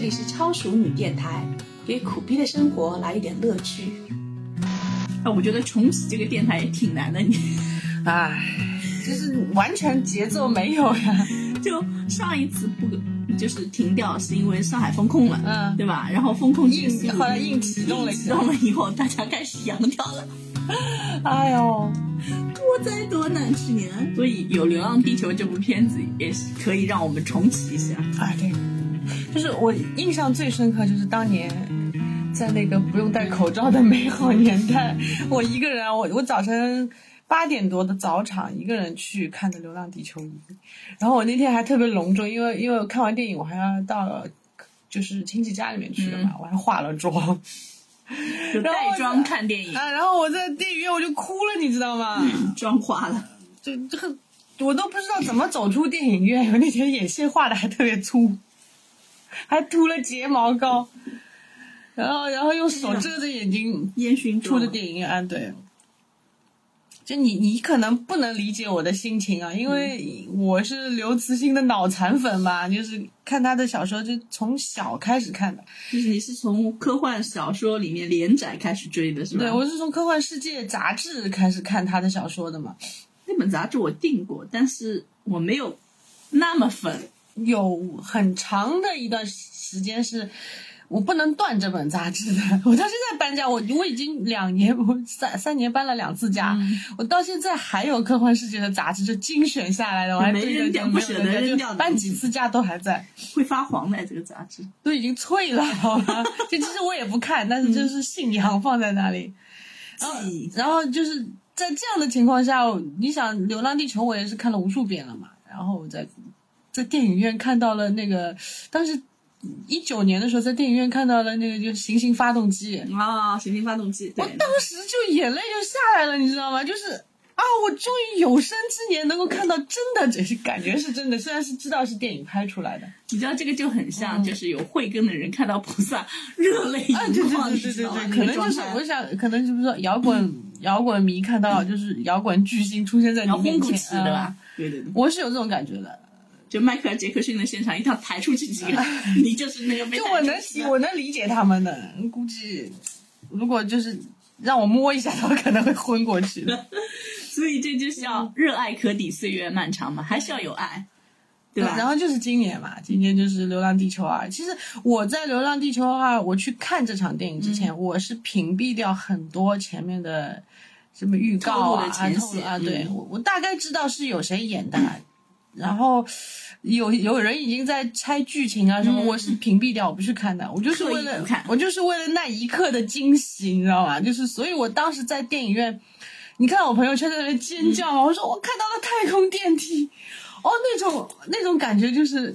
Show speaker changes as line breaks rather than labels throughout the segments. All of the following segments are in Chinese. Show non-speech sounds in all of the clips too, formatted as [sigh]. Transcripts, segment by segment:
里是超熟女电台，给苦逼的生活来一点乐趣。啊，我觉得重启这个电台也挺难的，你
唉，就是完全节奏没有呀。
就上一次不就是停掉，是因为上海封控了，
嗯
对吧？然后封控这个
硬
新闻
后来硬启动了一
启
下
动了以后，大家开始扬掉了，
哎呦，
多灾多难去年。所以有《流浪地球》这部片子也是可以让我们重启一下。
哎对，就是我印象最深刻就是当年。在那个不用戴口罩的美好年代，我一个人啊，我我早晨八点多的早场，一个人去看的《流浪地球一》，然后我那天还特别隆重，因为因为我看完电影，我还要到就是亲戚家里面去了嘛，我还化了妆，
就带妆看电影，
啊，然后我在电影院我就哭了，你知道吗？
妆花了，
就这个我都不知道怎么走出电影院，我那天眼线画的还特别粗，还涂了睫毛膏，然后然后用手遮着眼睛
烟熏
出
妆
的电影院，啊对。就你，你可能不能理解我的心情啊，因为我是刘慈欣的脑残粉嘛，就是看他的小说，就从小开始看的。
就是你是从科幻小说里面连载开始追的是吧？
对我是从《科幻世界》杂志开始看他的小说的嘛。
那本杂志我订过，但是我没有那么粉。
有很长的一段时间是我不能断这本杂志的。我到现在搬家，我我已经两年，我三三年搬了两次家，
嗯
我到现在还有《科幻世界》的杂志，就精选下来的，我还
没
对着
扔掉
就
不
没
舍
有
得扔掉
就
的
搬几次家都还在，
会发黄的这个杂志，
都已经脆了，好吧？ [laughs] 就其实我也不看，但
嗯
是就是信仰放在那里。哦
记忆
然后就是在这样的情况下，你想《流浪地球》，我也是看了无数遍了嘛。然后我在在电影院看到了那个，当时一九年的时候，在电影院看到了那个就是行星发动机，
啊，行星发动机，
我
对，
当时就眼泪就下来了，你知道吗？就是啊，我终于有生之年能够看到真的，这是感觉是真的，虽然是知道是电影拍出来的。
你知道这个就很像，就是有慧根的人看到菩萨热泪盈
嗯啊，对对
眶，
对
你
对
知
对
道吗
对，？
那
可
个
能就
状
是
态
我想，可能就是说摇滚摇滚迷看到就是摇滚巨星出现在你
然后
面
烘过
前，
去的吧
嗯？？
对对对，
我是有这种感觉的，
就迈克尔·杰克逊的现场，一定要抬出去几
[laughs]
个，你就是那个被
就
抬
我
出
能
去
理
的
我能理解他们的，估计如果就是让我摸一下，他可能会昏过去的。
所以这就是
嗯
要热爱可抵岁月漫长嘛，还是要有爱，对吧？
然后就是今年嘛，今年就是《流浪地球二》。其实我在《流浪地球二》我去看这场电影之前，我是屏蔽掉很多前面的什么预告
透
啊、
露的前
啊透露啊，
戏
对、
嗯
我我大概知道是有谁演的，然后有有人已经在拆剧情啊什么，
嗯
我是屏蔽掉，我不去看的，我就是为
刻意
了
不看
我就是为了那一刻的惊喜，你知道吗？就是所以我当时在电影院。你看我朋友圈在那边尖叫啊
嗯
嘛，我说我看到了太空电梯，哦，那种那种感觉就是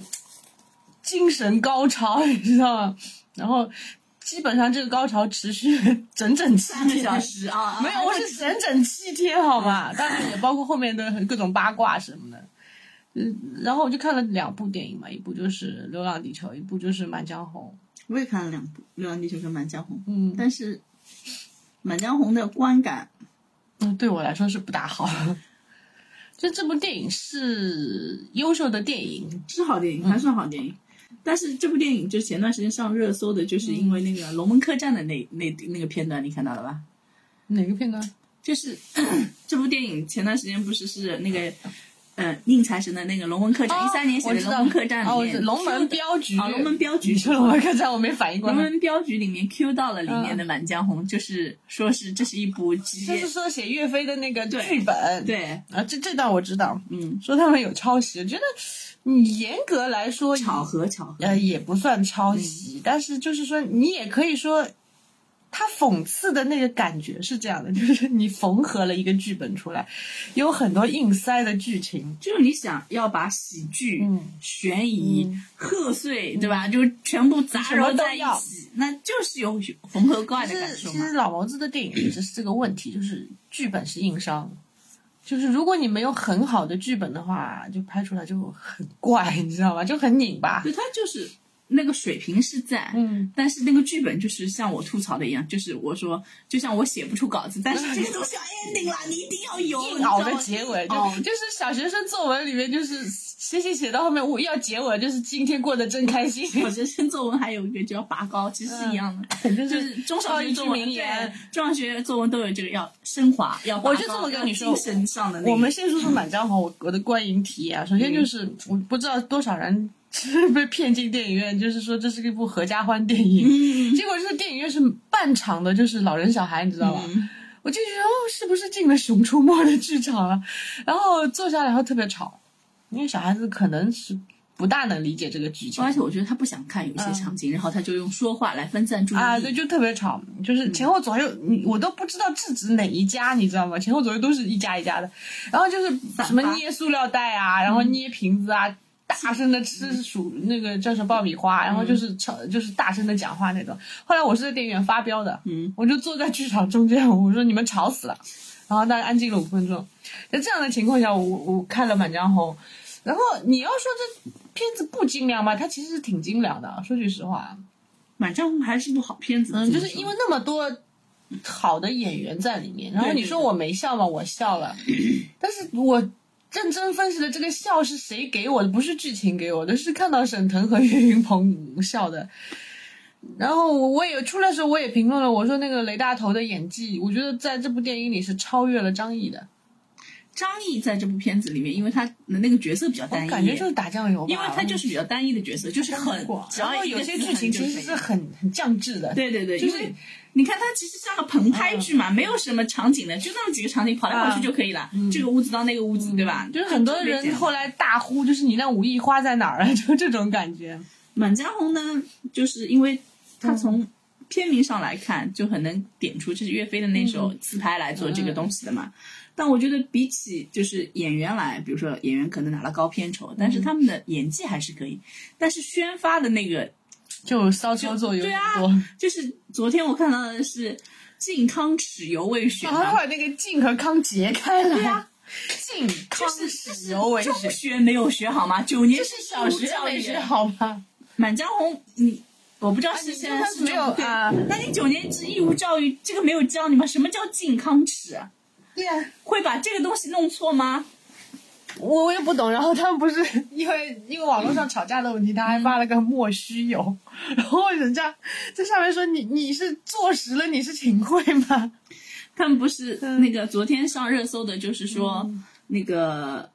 精神高潮，你知道吗？然后基本上这个高潮持续了整整七
三个
天，
小时啊，
没有，我是整整七天，好吗？ [laughs] 当然也包括后面的各种八卦什么的。嗯，然后我就看了两部电影嘛，一部就是《流浪地球》，一部就是《满江红
我也看了两部《流浪地球》跟《满江红》，
嗯
但是《满江红》的观感》。
嗯，对我来说是不大好。 [laughs] 就这部电影是优秀的电影，
是好电影，
嗯
还算好电影。但是这部电影就前段时间上热搜的，就是因
嗯
为那个龙门客栈的那那那个片段，你看到了吧？
哪个片段？
就是 [coughs] 这部电影前段时间不是是那个，呃，宁财神的那个龙门客栈，一三、年写
哦我
的
知
龙
道
门客栈
哦，
里
我
面
知龙门嗯镖局
啊龙门镖局
你说龙门客栈，我没反应过
龙
来。
门镖局里面 Q 到了里面的《满江红》，就是说是这是一部职
嗯就是
业
说写岳飞的那个剧本，
对，
啊，这这段我知道，
嗯，
说他们有抄袭，我觉得你严格来说
巧合巧合，
呃，也不算
嗯
抄袭，但是就是说，你也可以说，他讽刺的那个感觉是这样的，就是你缝合了一个剧本出来，有很多硬塞的剧情，
就是你想要把喜剧、
嗯
悬疑、贺岁，对吧？就是全部杂
什么
糅
都
在一
要
起，那就是有缝合怪的
其
感
实
受
其
嘛
实。老谋子的电影一直是这个问题，就是剧本是硬伤，就是如果你没有很好的剧本的话，就拍出来就很怪，你知道吗？就很拧巴。
对，它就是那个水平是在，
嗯，
但是那个剧本就是像我吐槽的一样，就是我说，就像我写不出稿子，但是这个东西要 ending
[laughs]
啦，你一定要有，哦你知道
熬
吗
的结尾，就、
哦
就是小学生作文里面，就是写写写到后面，我要结尾，就是今天过得真
[laughs]
开心，
小学生作文还有一个叫拔高，其实是一样的，
[laughs] 就哦
就是中小
超
学
嗯一
作
句
文
名言
对。中小学作文都有这个要升华，要拔
我就
高
这么跟
要
你说
精神上的那个。
我们先说说《满江红》，我
嗯
我的观影体验啊，首先就是我不知道多少人被骗进电影院，就是说这是一部合家欢电影，
嗯，
结果就是电影院是半场的，就是老人小孩，你知道吧？
嗯
我就觉得哦，是不是进了《熊出没》的剧场了？然后坐下来后特别吵，因为小孩子可能是不大能理解这个剧情
而且我觉得他不想看有些场景，然后他就用说话来分散注意力。
嗯啊，对，就特别吵，就是前后左右，你我都不知道制止哪一家，你知道吗？ [laughs] 前后左右都是一家一家的，然后就是什么
散发
捏塑料袋啊，然后捏瓶子啊。大声的吃薯那个叫什么爆米花，然后就是吵，就是大声的讲话那种。后来我是在电影院发飙的，
嗯，
我就坐在剧场中间，我说你们吵死了，然后大家安静了五分钟。在这样的情况下，我我看了《满江红》，然后你要说这片子不精良吧，它其实是挺精良的，说句实话，
满江红还是部好片子，
嗯，
这
就
么
是
说
因为那么多好的演员在里面，然后
对对
你说我没笑吗？我笑了，但是我认真分析的这个笑是谁给我的？不是剧情给我的，是看到沈腾和岳云鹏笑的。然后我我也出来的时候我也评论了，我说那个雷大头的演技，我觉得在这部电影里是超越了张译的，
张译在这部片子里面，因为他的那个角色比较
我
单一，
哦感觉就是打酱油吧，
因为他就是比较单一的角色，就是很
过，
只
然后
要一
有
个
些
字
剧情
很就
其
可
实
以
是很很降智的，
对对对，
就是嗯
因为你看它其实像个棚拍剧嘛，没有什么场景的，就那么几个场景跑来跑去就可以了，这个屋子到那个屋
嗯
子，对吧？
就是很多人后
来《
来大呼，就是你那五亿花在哪儿啊？就这种感觉。
满江红》呢，就是因为它
嗯
从片名上来看，就很能点出这是岳飞的那
嗯
首词牌来做这个东西的嘛。但我觉得比起就是演员来，比如说演员可能拿了高片酬，
嗯
但是他们的演技还是可以，但是宣发的那个
就骚操作有
对
点
啊
多，
就是昨天我看到的是靖康耻犹未雪
然
嘛
后把那个靖和康截开了。
对啊，
靖康
就是
始犹为
中
学，
学没有学好吗？九年
这是小学
教
没
育
学好吗？
满江红》，你我不知道
啊
是
你
现在
这
是
没有
对
啊
那你九年制义务教育这个没有教你吗？什么叫靖康耻？
对啊呀，
会把这个东西弄错吗？
我我也不懂。然后他们不是 [laughs] 因为因为网络上吵架的问题，他还发了个莫须 [laughs] 有，然后人家在下面说你你是坐实了你是秦桧吗？
他们不是那个昨天上热搜的，就是说、
嗯
那个。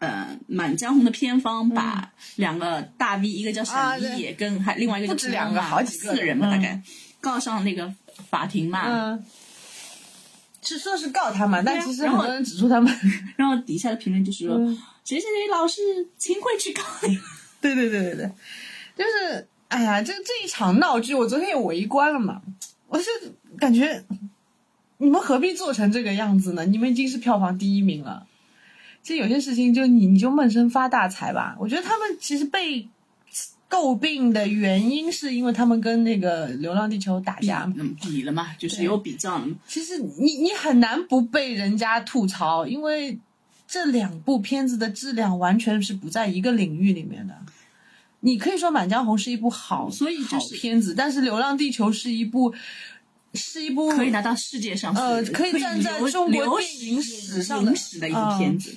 呃，《满江红》的片方把两个大 V，、一个叫
嗯啊
沈
对
一野，跟还另外一个叫
不止两个
陈妈妈
好几个
四个人吧，
嗯
大概、告上那个法庭嘛。
嗯，是说是告他嘛，但
对啊
其实
然
很
后
多人指出他们。
然后底下的评论就是说，
嗯
谁谁谁老师秦桧去告你。 [laughs]
对对对对对，就是哎呀，这这一场闹剧，我昨天也围观了嘛，我就感觉你们何必做成这个样子呢？你们已经是票房第一名了，其实有些事情就你你就闷声发大财吧。我觉得他们其实被诟病的原因是因为他们跟那个《流浪地球》打架嘛，
嗯，比了嘛，就是有比较了嘛。
其实你你很难不被人家吐槽，因为这两部片子的质量完全是不在一个领域里面的。你可以说《满江红》是一部好，
所以就是
好片子，但是《流浪地球》是一部是一部
可以拿到世界上
嗯呃可以站在中国
流
电影史上的嗯
影史的一个片子，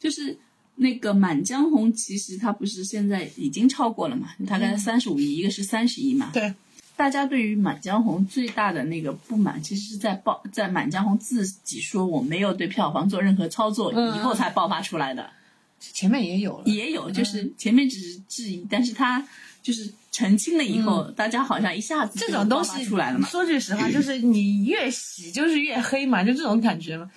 就是那个《满江红》，其实它不是现在已经超过了嘛，大
嗯
概三十五亿，一个是三十亿嘛。
对，
大家对于《满江红》最大的那个不满，其实是在爆在《满江红》自己说我没有对票房做任何操作
嗯
以后才爆发出来的，
前面也有了。
也有就是
嗯
前面只是质疑，但是他就是澄清了以后，大家好像一下子
嗯这
就
种东
爆发
西
出来了嘛。
说句实话，就是你越洗就是越黑嘛，就这种感觉嘛。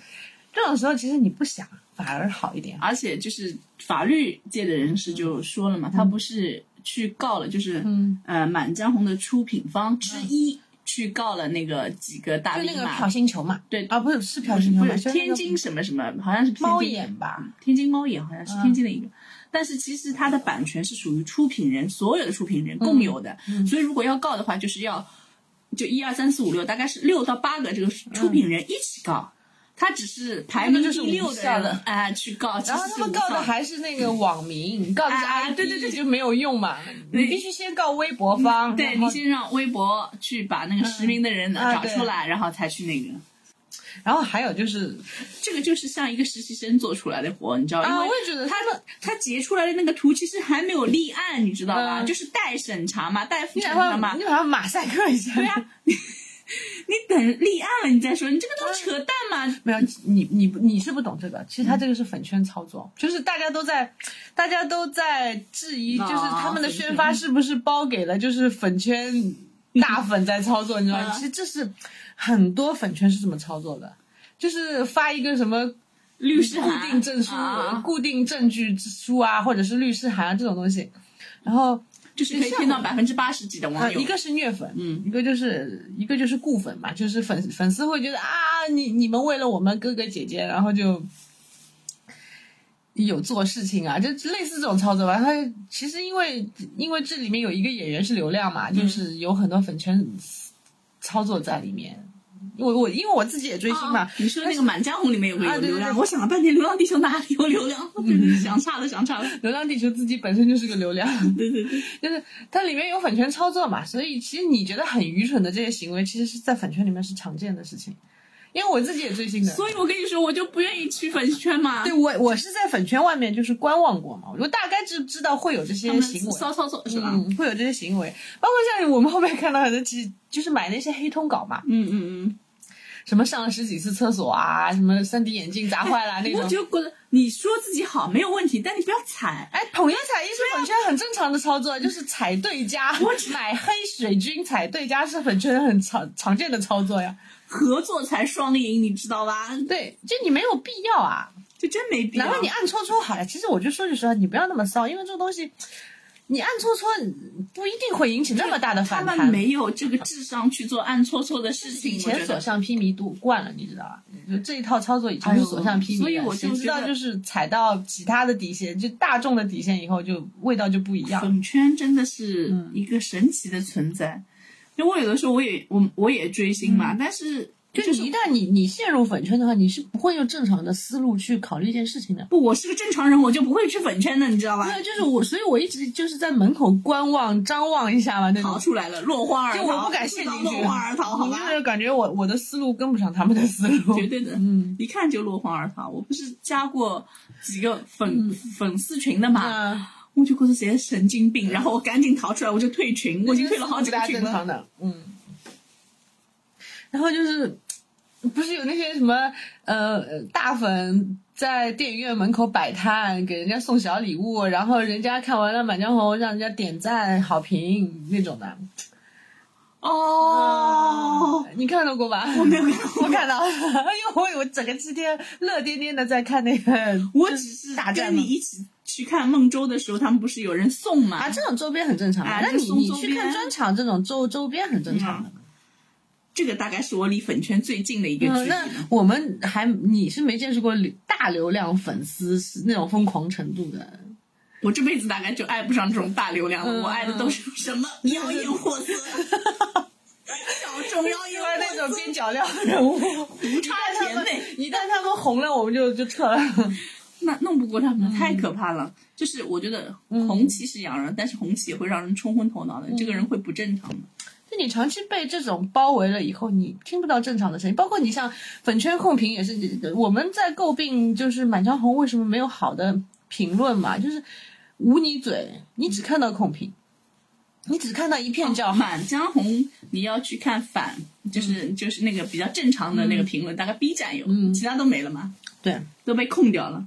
这种时候其实你不想反而好一点。
而且就是法律界的人士就说了嘛，他不是去告了，就是、
嗯、
呃《满江红》的出品方之一、去告了那个几个大
就
V
那个
嘛
朴，星球嘛，
对
啊，不是是朴
不是
星球
不
嘛，
是
就是那
天
个
津什么什么，好像是天津
猫眼嗯吧，
天津猫眼好像是天津的一个。但是其实它的版权是属于出品人所有的出品人
嗯
共有的，所以如果要告的话，就是要就一二三四五六，大概是六到八个这个出品人一起告。他只是排名第六的
嗯他们就是无效
人
的
哎去告，
然后
其实
他
是
们告
无
的
效
还是那个网民，告的是 IP，
啊对对对
就没有用嘛。你必须先告微博方，
对
然
你
后
先让微博去把那个实名的人
啊
找
对
出来，然后才去那个。
然后还有就是
这个就是像一个实习生做出来的活，你知道吗？
啊，我
因为
也觉得
他
他们，
他截出来的那个图其实还没有立案，你知道吧？
嗯
就是待审查嘛，待复
你
审
哪
查嘛
怕。你哪怕马啊赛克一下，
对呀、你你等立案了你再说，你这个都是扯淡嘛。
没有，你你你是不懂这个，其实他这个是粉圈操作，就是大家都在，大家都在质疑，
啊
就是他们的宣发是不是包给了就是粉圈大粉在操作，你知道 [laughs] 吗？
啊
其实这是很多粉圈是这么操作的，就是发一个什么
律师
固
函
定证书、呃
啊，
固定证据书啊，或者是律师函啊这种东西，然后
就是可以骗到百分之八十几的网
呃，
友。
一个是虐粉，
嗯，
一个就是一个就是固粉嘛，就是粉粉丝会觉得啊，你你们为了我们哥哥姐姐，然后就有做事情啊，就类似这种操作吧。他其实因为因为这里面有一个演员是流量
嗯
嘛，就是有很多粉圈操作在里面。我我因为我自己也追星嘛，
啊你说那个《满江红》里面有个
啊
有
对对
流量，
对
我想了半天，《流浪地球》哪里有流
[laughs]
量？ [laughs] 对对，想差了，想差了。
流浪地球》自己本身就是个流量，
[laughs] 对对对，
[laughs] 就是它里面有粉圈操作嘛，所以其实你觉得很愚蠢的这些行为，其实是在粉圈里面是常见的事情。因为我自己也追星的，
所以我跟你说，我就不愿意去粉圈嘛。
对我我是在粉圈外面就是观望过嘛，我就大概知知道会有这
他
些
们
行为，
骚操作是吧？
嗯，会有这些行为，包括像我们后面看到的，其实就是买那些黑通稿嘛，
嗯嗯嗯。
什么上了十几次厕所啊，什么三 D 眼镜砸坏了、那
我
种。
就觉得你说自己好没有问题，但你不要踩。
哎，捧月彩艺是粉圈很正常的操作，就是踩对家
我只，
买黑水军踩对家是粉圈很常常见的操作呀。
合作才双赢，你知道吧？
对，就你没有必要啊，
就真没必要。
哪怕你暗搓搓好了，其实我就说句实话，你不要那么骚，因为这个东西，你暗搓搓不一定会引起那么大的
他
反
们
弹。
没有这个智商去做暗搓搓的事情，
以
我觉
前所
得。
向披靡度惯了，你知道吧？就这一套操作已经是所向披靡了，
哎呦所以我就
谁知道
觉得
就是踩到其他的底线，就大众的底线以后就味道就不一样。
粉圈真的是
嗯
一个神奇的存在。因为我有的时候我也我我也追星嘛，但是
嗯就
就是
你一旦你你陷入粉圈的话，你是不会用正常的思路去考虑一件事情的。
不，我是个正常人，我就不会去粉圈的，你知道吧？
对，就是我，所以我一直就是在门口观望、张望一下嘛，那种
逃出来了，落荒而逃。
就我不敢陷进去，
自当落荒而逃，
[laughs]
好吧？
就是感觉我我的思路跟不上他们的思路。
[laughs] 绝对的，
嗯，
一看就落荒而逃。我不是加过几个粉、粉丝群的嘛，
嗯啊，嗯
我就觉得谁神经病，然后我赶紧逃出来，我就退群，我已经退了好几个群
正
了。
常的，嗯。然后就是，不是有那些什么呃大粉在电影院门口摆摊，给人家送小礼物，然后人家看完了《满江红》，让人家点赞好评那种的。
哦，
你看到过吧？
我没有看到
[laughs] 我看到了，因为我我整个七天乐颠颠的在看那个，
我
就
只是
大战
跟你
嘛
一起去看孟州的时候，他们不是有人送嘛？
啊，这种周边很正常嘛。
啊
那
这
你
送
你
周
去
边
看专场这种周周边很正常的。
这个大概是我离粉圈最近的一个距
嗯，
离
那
了。
我们还你是没见识过流大流量粉丝是那种疯狂程度的，
我这辈子大概就爱不上这种大流量了，
嗯
我爱的都是什么妖艳货
[laughs]
色。小众妖艳
因为啊那
货色，
种边角料人 [laughs] 物，
无差
他
甜
们
美，
一旦他们红了，我们就就撤了。
那弄不过他们，
嗯
太可怕了。就是我觉得红旗是养人，但是红旗也会让人冲昏头脑
嗯
的，这个人会不正常的。
就你长期被这种包围了以后，你听不到正常的声音，包括你像粉圈控评也是，我们在诟病就是《满江红》为什么没有好的评论嘛，就是捂你嘴，你只看到控评，你只看到一片叫
《
好。
满江红》，你要去看反，
嗯
就是就是那个比较正常的那个评论，大概 B 站有，其他都没了嘛，
对
都被控掉了。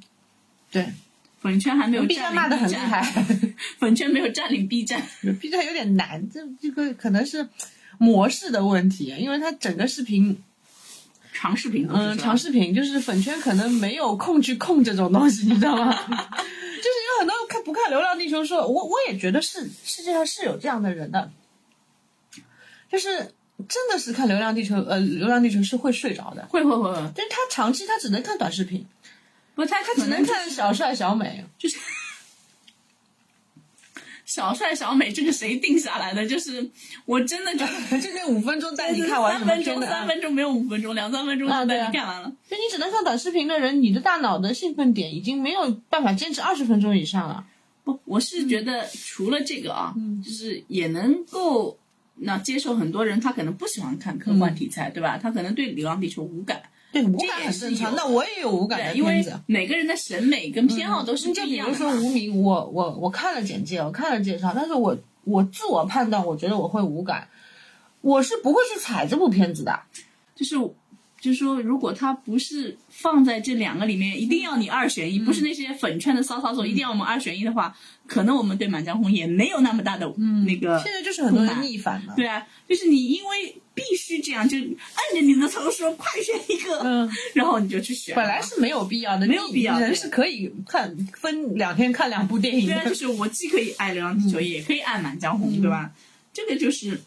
对
粉圈还没有
嗯，B
占
站
领
骂的很厉
B 站
害
粉圈没有占领 B 站。
，B 站有点难，这这个可能是模式的问题，因为它整个视频
长视频都是
嗯，
这样
长视频就是粉圈可能没有空去控这种东西，你知道 [laughs] 吗？就是有很多看不看《流浪地球》说，我我也觉得是世界上是有这样的人的，就是真的是看《流浪地球》呃，《流浪地球》是会睡着的，
会会会会，
但是他长期他只能看短视频，
不，他他
只能看小帅小美，
就是小帅小美这个谁定下来的？就是我真的就
就那五分钟带 [laughs] 你看
三
完什么
分
片
钟，
的啊
三分钟没有五分钟，两三分钟
啊
就
对啊
带你看完了。
就你只能看短视频的人，你的大脑的兴奋点已经没有办法坚持二十分钟以上了。
不，我
嗯
是觉得除了这个啊，就是也能够那接受很多人他可能不喜欢看科幻题材，
嗯
对吧？他可能对《流浪地球》无感，
对，无
这
感
也
很
是
正常。
有
那我也有无感的
因为
片子。嗯
每个人的审美跟偏好都是
你
不
就
一
比
样
如
的
说
嘛。
无名，我我我看了简介，我看了介绍，但是我我自我判断，我觉得我会无感，我是不会去踩这部片子的。
就是就是说，如果它不是放在这两个里面，一定要你二选一，不是那些粉圈的骚操作，一定要我们二选一的话，可能我们对《满江红》也没有那么大的那个。
现在嗯就是很多人逆反嘛。
对啊，就是你因为必须这样，就按着你的头说，快选一个，
嗯，
然后你就去选了。
本来是没有必要的，
没有
你
必要
人
对
是可以看分两天看两部电影
对啊，就
的。
是我既可以爱《流浪地球》，
嗯
也可以爱《满江红》，对吧？这个就是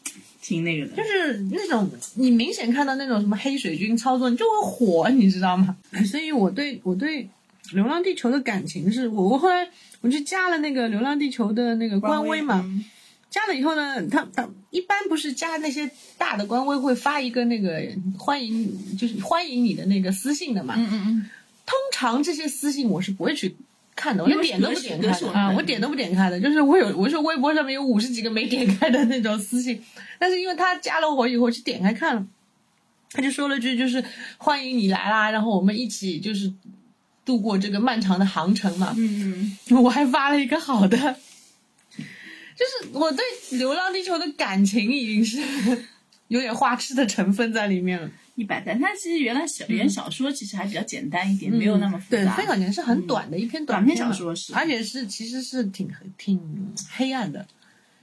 挺那个的。
就是那种你明显看到那种什么黑水军操作，你就会火，你知道吗？ [laughs] 所以我对我对《流浪地球》的感情是我我后来我就加了那个《流浪地球》的那个官微嘛，
嗯
加了以后呢，他他一般不是加那些大的官微会发一个那个欢迎就是欢迎你的那个私信的嘛，
嗯嗯，
通常这些私信我是不会去看的，我
因
连
为
点都不点开
格式
的
文
啊，
本
我点都不点开的。就是我有，我说微博上面有五十几个没点开的那种私信，但是因为他加了我以后，我去点开看了，他就说了句就是欢迎你来啦，然后我们一起就是度过这个漫长的航程嘛。
嗯嗯，
[laughs] 我还发了一个好的，就是我对《流浪地球》的感情已经是 [laughs] 有点花痴的成分在里面了。
一百单。它其实原来小原小说其实还比较简单一点，没有那么复
嗯对，
杂。嗯
飞鸟年是很短的一篇短嘛
短篇小说是
而且是其实是挺挺黑暗的。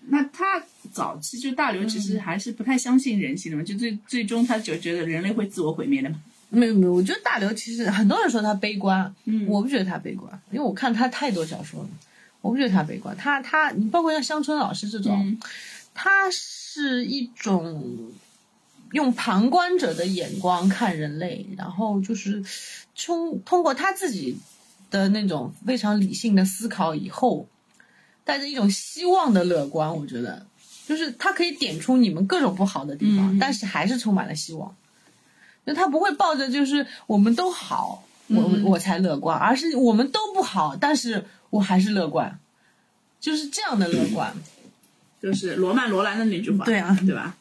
那他早期就大刘其实
嗯
还是不太相信人性的嘛，就最最终他就觉得人类会自我毁灭的嘛。
没有没有，我觉得大刘其实很多人说他悲观，
嗯
我不觉得他悲观，因为我看他太多小说了，我不觉得他悲观。他他，你包括像乡村老师这种，
嗯
他是一种用旁观者的眼光看人类，然后就是通通过他自己的那种非常理性的思考以后，带着一种希望的乐观，我觉得就是他可以点出你们各种不好的地方，
嗯
但是还是充满了希望。就他不会抱着就是我们都好，我
嗯
我才乐观，而是我们都不好，但是我还是乐观，就是这样的乐观。
嗯就是罗曼·罗兰的那句话，
对啊
对吧？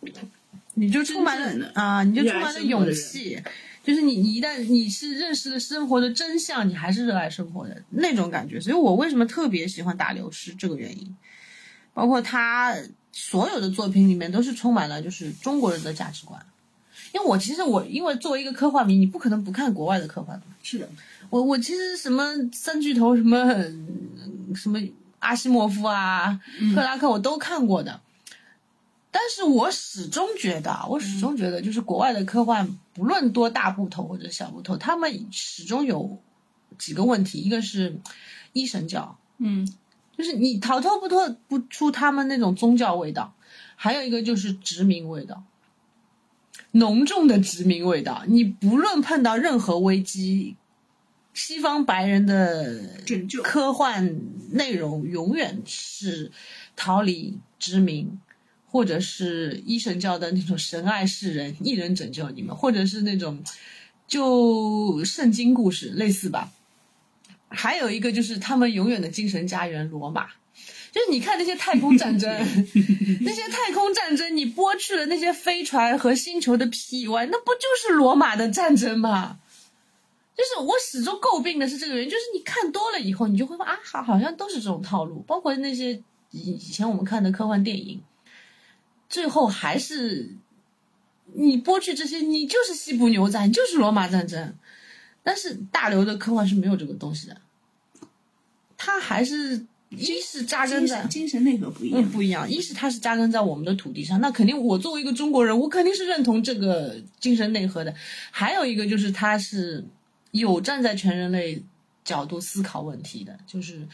你就充满
真
了
正的
啊，你就充满
热爱
了
生活
勇气。就是你，你一旦你是认识了生活的真相，你还是热爱生活的那种感觉。所以我为什么特别喜欢大刘是这个原因，包括他所有的作品里面都是充满了就是中国人的价值观。因为我其实我因为作为一个科幻迷，你不可能不看国外的科幻的嘛。
是的，
我我其实什么三巨头什么什么阿西莫夫啊、克拉克我都看过的，但是我始终觉得啊，我始终觉得就是国外的科幻，不论多大部头或者小部头，他们始终有几个问题，一个是一神教，
嗯，
就是你逃脱不脱不出他们那种宗教味道，还有一个就是殖民味道，浓重的殖民味道。你不论碰到任何危机，西方白人的
拯救
科幻内容永远是逃离殖民。或者是一神教的那种神爱世人，一人拯救你们，或者是那种就圣经故事类似吧。还有一个就是他们永远的精神家园罗马，就是你看那些太空战争，那些太空战争，你剥去了那些飞船和星球的皮以外，那不就是罗马的战争吗？就是我始终诟病的是这个原因，就是你看多了以后，你就会发现啊，好好像都是这种套路，包括那些以以前我们看的科幻电影，最后还是你剥去这些，你就是西部牛仔，你就是罗马战争。但是大刘的科幻是没有这个东西的，他还是一是扎根
精
在
神精神内核不一样
嗯，。不一样。一是它是扎根在我们的土地上，那肯定我作为一个中国人，我肯定是认同这个精神内核的。还有一个就是它是有站在全人类角度思考问题的，就是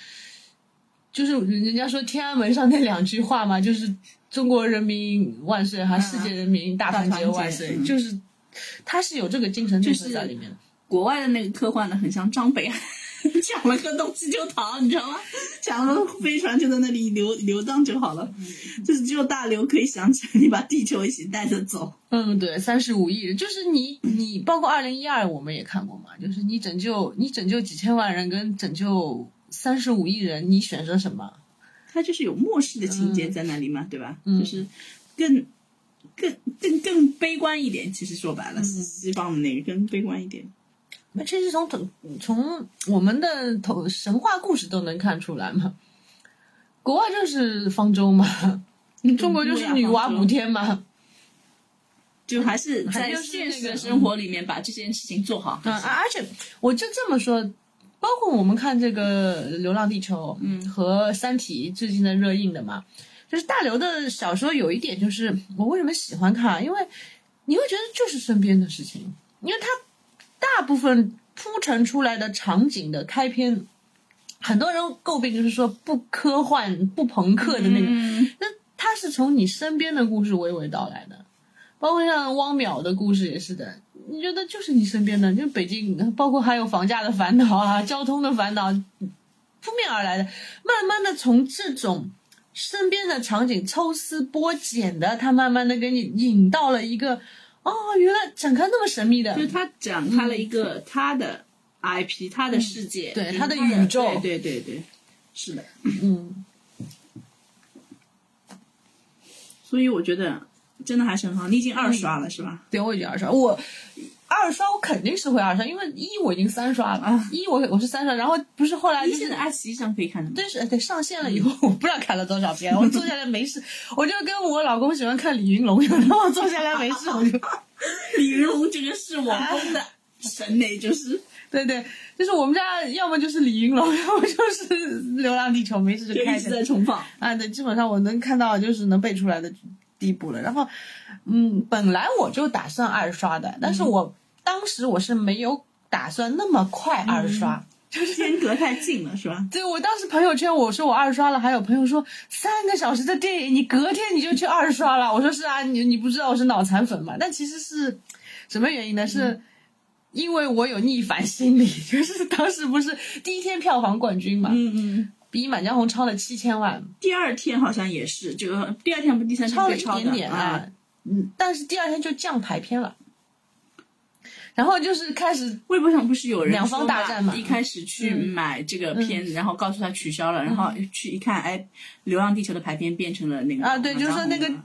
就是人家说天安门上那两句话嘛，就是中国人民万岁，还世界人民大团
嗯大团
结
结
万岁，
嗯
就是它是有这个精神内核在里面的。
国外的那个科幻的很像张北， [laughs] 抢了个东西就逃，你知道吗？抢了飞船就在那里流流荡就好了，
嗯
就是只有大刘可以想起来，你把地球一起带着走。
嗯，对，三十五亿人，就是你，你包括二零一二，我们也看过嘛，就是你拯救，你拯救几千万人跟拯救三十五亿人，你选择什么？
它就是有末世的情节在那里嘛，
嗯
对吧？就是更更更更悲观一点。其实说
嗯
白了，西方的那个更悲观一点。
那这是从从从我们的头神话故事都能看出来嘛，国外就是方舟嘛，中国就是女娲补天嘛。
就还是在
就是
现实
那
的
个
生活里面把这件事情做好。
嗯，而而且我就这么说，包括我们看这个《流浪地球》嗯和《三体》最近在热映的嘛，就是大刘的小说有一点就是我为什么喜欢看，啊因为你会觉得就是身边的事情，因为它大部分铺陈出来的场景的开篇。很多人诟病就是说不科幻、不朋克的那个，
嗯
那它是从你身边的故事娓娓道来的，包括像汪淼的故事也是的。你觉得就是你身边的，就北京，包括还有房价的烦恼啊、交通的烦恼，扑面而来的。慢慢的从这种身边的场景抽丝剥茧的，它慢慢的给你引到了一个，哦，原来展开那么神秘的，
就是他展开了一个他的 IP，他的世界，
嗯对
就是
他
他
的宇宙
对对对对，是的。
嗯
所以我觉得真的还是很好。你已经二刷了、是吧？
对，我已经二刷，我二刷我肯定是会二刷，因为一我已经三刷了，一我我是三刷，然后不是后来
你
就是
啊现在爱奇艺上可以看的吗？
但是嗯对上线了以后， [laughs] 我不知道看了多少遍，我坐下来没事，我就跟我老公喜欢看李云龙 [laughs] 一样，然后我坐下来没事，我就
李云龙这个是我公的审美，就是
对对，就是我们家要么就是李云龙， [laughs] 要么就是《流浪地球》，没事
就
[laughs] 就
一
开
直
着
在重放。
[laughs] 啊，对，基本上我能看到就是能背出来的地步了。然后，嗯，本来我就打算二刷的，但是我、当时我是没有打算那么快二刷。
间隔太近了是吧？
对我当时朋友圈我说我二刷了，还有朋友说三个小时的电影，你隔天你就去二刷了。我说是啊，你你不知道我是脑残粉嘛？但其实是什么原因呢？
嗯
是因为我有逆反心理， [laughs] 就是当时不是第一天票房冠军嘛，
嗯嗯。
比《满江红》超了七千万，
第二天好像也是，这个第二天不第三天
超了
被
一
超
点点
啊
啊。，嗯，但是第二天就降排片了，然后就是开始
微博上不是有人
两方
说
大战嘛嗯
一开始去买这个片子，然后告诉他取消了，然后去一看，哎，《流浪地球》的排片变成了那个
啊，对，
王
就是
家
说那
红
个
了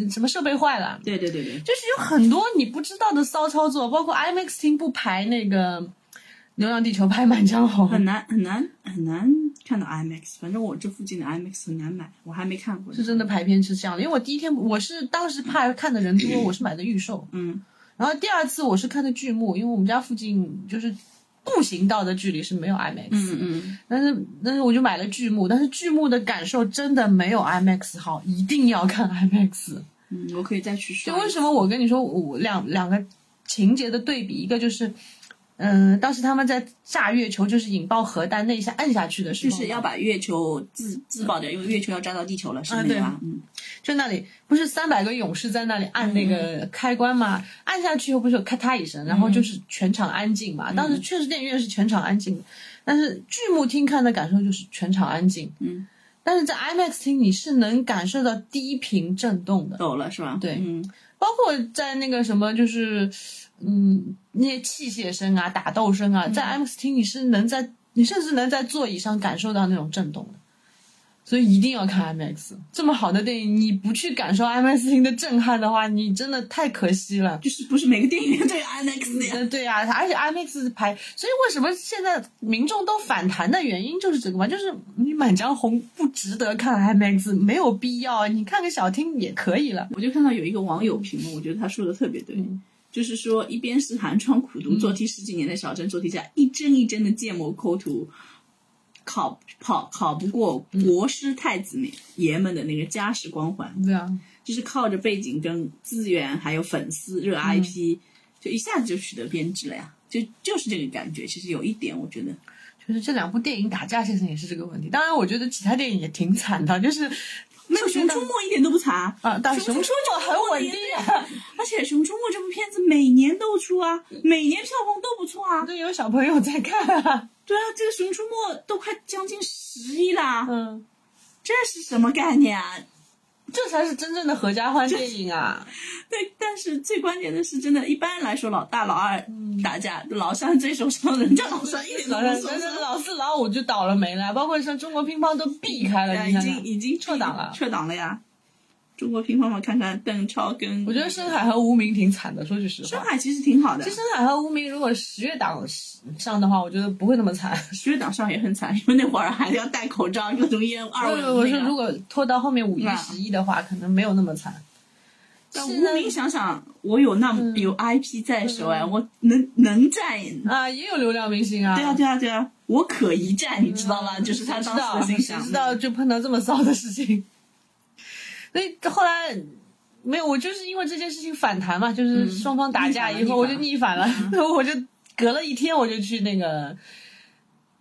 嗯什么设备坏了。
对对对对，
就是有很多你不知道的骚操作，包括 IMAX 厅不排那个《流浪地球》拍《满江红》，
很难很难很难看到 IMAX，反正我这附近的 IMAX 很难买，我还没看过呢。
是真的排片是这样的。因为我第一天我是当时怕看的人多，我是买的预售，
嗯，
然后第二次我是看的剧目，因为我们家附近就是步行到的距离是没有 IMAX，、
嗯嗯，
但是但是我就买了剧目，但是剧目的感受真的没有 IMAX 好，一定要看 IMAX。
嗯，我可以再去
就
刷。
为什么我跟你说，我两两个情节的对比，一个就是，嗯、当时他们在炸月球，就是引爆核弹那一下按下去的时
就
候，
是要把月球自自爆掉，因为月球要炸到地球了，是
啊
那个吧？嗯，
就那里不是三百个勇士在那里按那个开关嘛，按下去以后不是有咔嗒一
嗯
声，然后就是全场安静嘛。当时确实电影院是全场安静的，但是剧目厅看的感受就是全场安静。
嗯，
但是在 IMAX 厅你是能感受到低频震动的。
抖了是吧？
对
嗯，
包括在那个什么，就是嗯，那些器械声啊、打斗声啊，在 IMAX 厅你是能在，你甚至能在座椅上感受到那种震动的。所以一定要看 IMAX，这么好的电影，你不去感受 IMAX 厅的震撼的话，你真的太可惜了。
就是不是每个电影院都有 IMAX 的呀？
嗯，对啊，而且 IMAX 排，所以为什么现在民众都反弹的原因就是这个嘛，就是你《满江红》不值得看 IMAX，没有必要，啊你看个小厅也可以了。
我就看到有一个网友评论，我觉得他说的特别对，就是说一边是寒窗苦读、做题十几年的小镇做题家，一帧一帧的建模抠图，考跑考不过国师太子们爷们的那个家世光环，
对啊，
就是靠着背景跟资源还有粉丝热 IP，、就一下子就取得编制了呀。就就是这个感觉，其实有一点，我觉得
就是这两部电影打架现象也是这个问题。当然，我觉得其他电影也挺惨的，就是
那个《熊出没》一点都不惨
啊，但
熊出
熊出
没
没很稳定啊，
而且《熊出没》这部片子每年都出啊，每年票房都不错啊。
对，有小朋友在看、啊。
对啊，这个《熊出没》都快将近十亿啦，
嗯，
这是什么概念啊？ [laughs]
这才是真正的合家欢电影啊！
对，但是最关键的是，真的，一般来说，老大老二打架，老三最受伤，人家老三一点都
嗯老
不受
三但是
伤。
老四、老五就倒了霉了，包括像中国乒乓都避开了，
哎
你
已
看
经
看。
已经
撤档了
撤档了呀。中国乒乓嘛，看看邓超跟
我觉得深海和无名挺惨的，说句实
深
话。
海其实挺好的
其，实深海和无名如果十月档上的话，我觉得不会那么惨。
十月档上也很惨， [laughs] 因为那会儿还要戴口罩，各种烟雾二
我
五
我
那
说
个
如果拖到后面五一
嗯、
十一的话，可能没有那么惨。
但
是嗯
无名想想，我有那么有 IP 在手哎，我能能站。
啊，也有流量明星啊。
对啊，对啊，对啊，我可一站，你知道
[laughs]
吗？就是他当时的
谁
心
知道
想
谁知。道就碰到这么骚的事情，所以后来没有，我就是因为这件事情反弹嘛，
嗯
就是双方打架以后，我就逆反了， [laughs] 我就隔了一天我就去那个。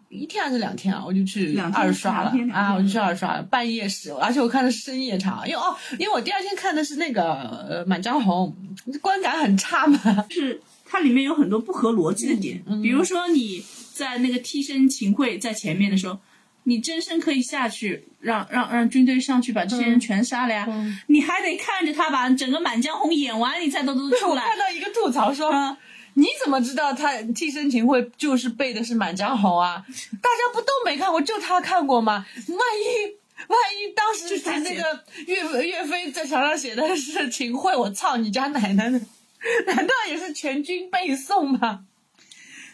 一天还是两天啊？我就去
两天
二刷了
两天两天
啊！我就去二刷了，半夜时，而且我看的是深夜场，因为哦，因为我第二天看的是那个呃《满江红》，观感很差嘛。
就是它里面有很多不合逻辑的点，
嗯
比如说你在那个替身秦桧在前面的时候，你真身可以下去，让让让军队上去把这些人全杀了呀，
嗯
你还得看着他把整个《满江红》演完，你才都都出
[laughs] 我
来。
看到一个吐槽说，
嗯，
你怎么知道他替身秦桧就是背的是《满江红》 [laughs] 啊？大家不都没看过，就他看过吗？万一万一当时
就他
那
写
个岳岳飞在墙上写的是秦桧，我操你家奶奶呢？ [laughs] 难道也是全军背诵吗？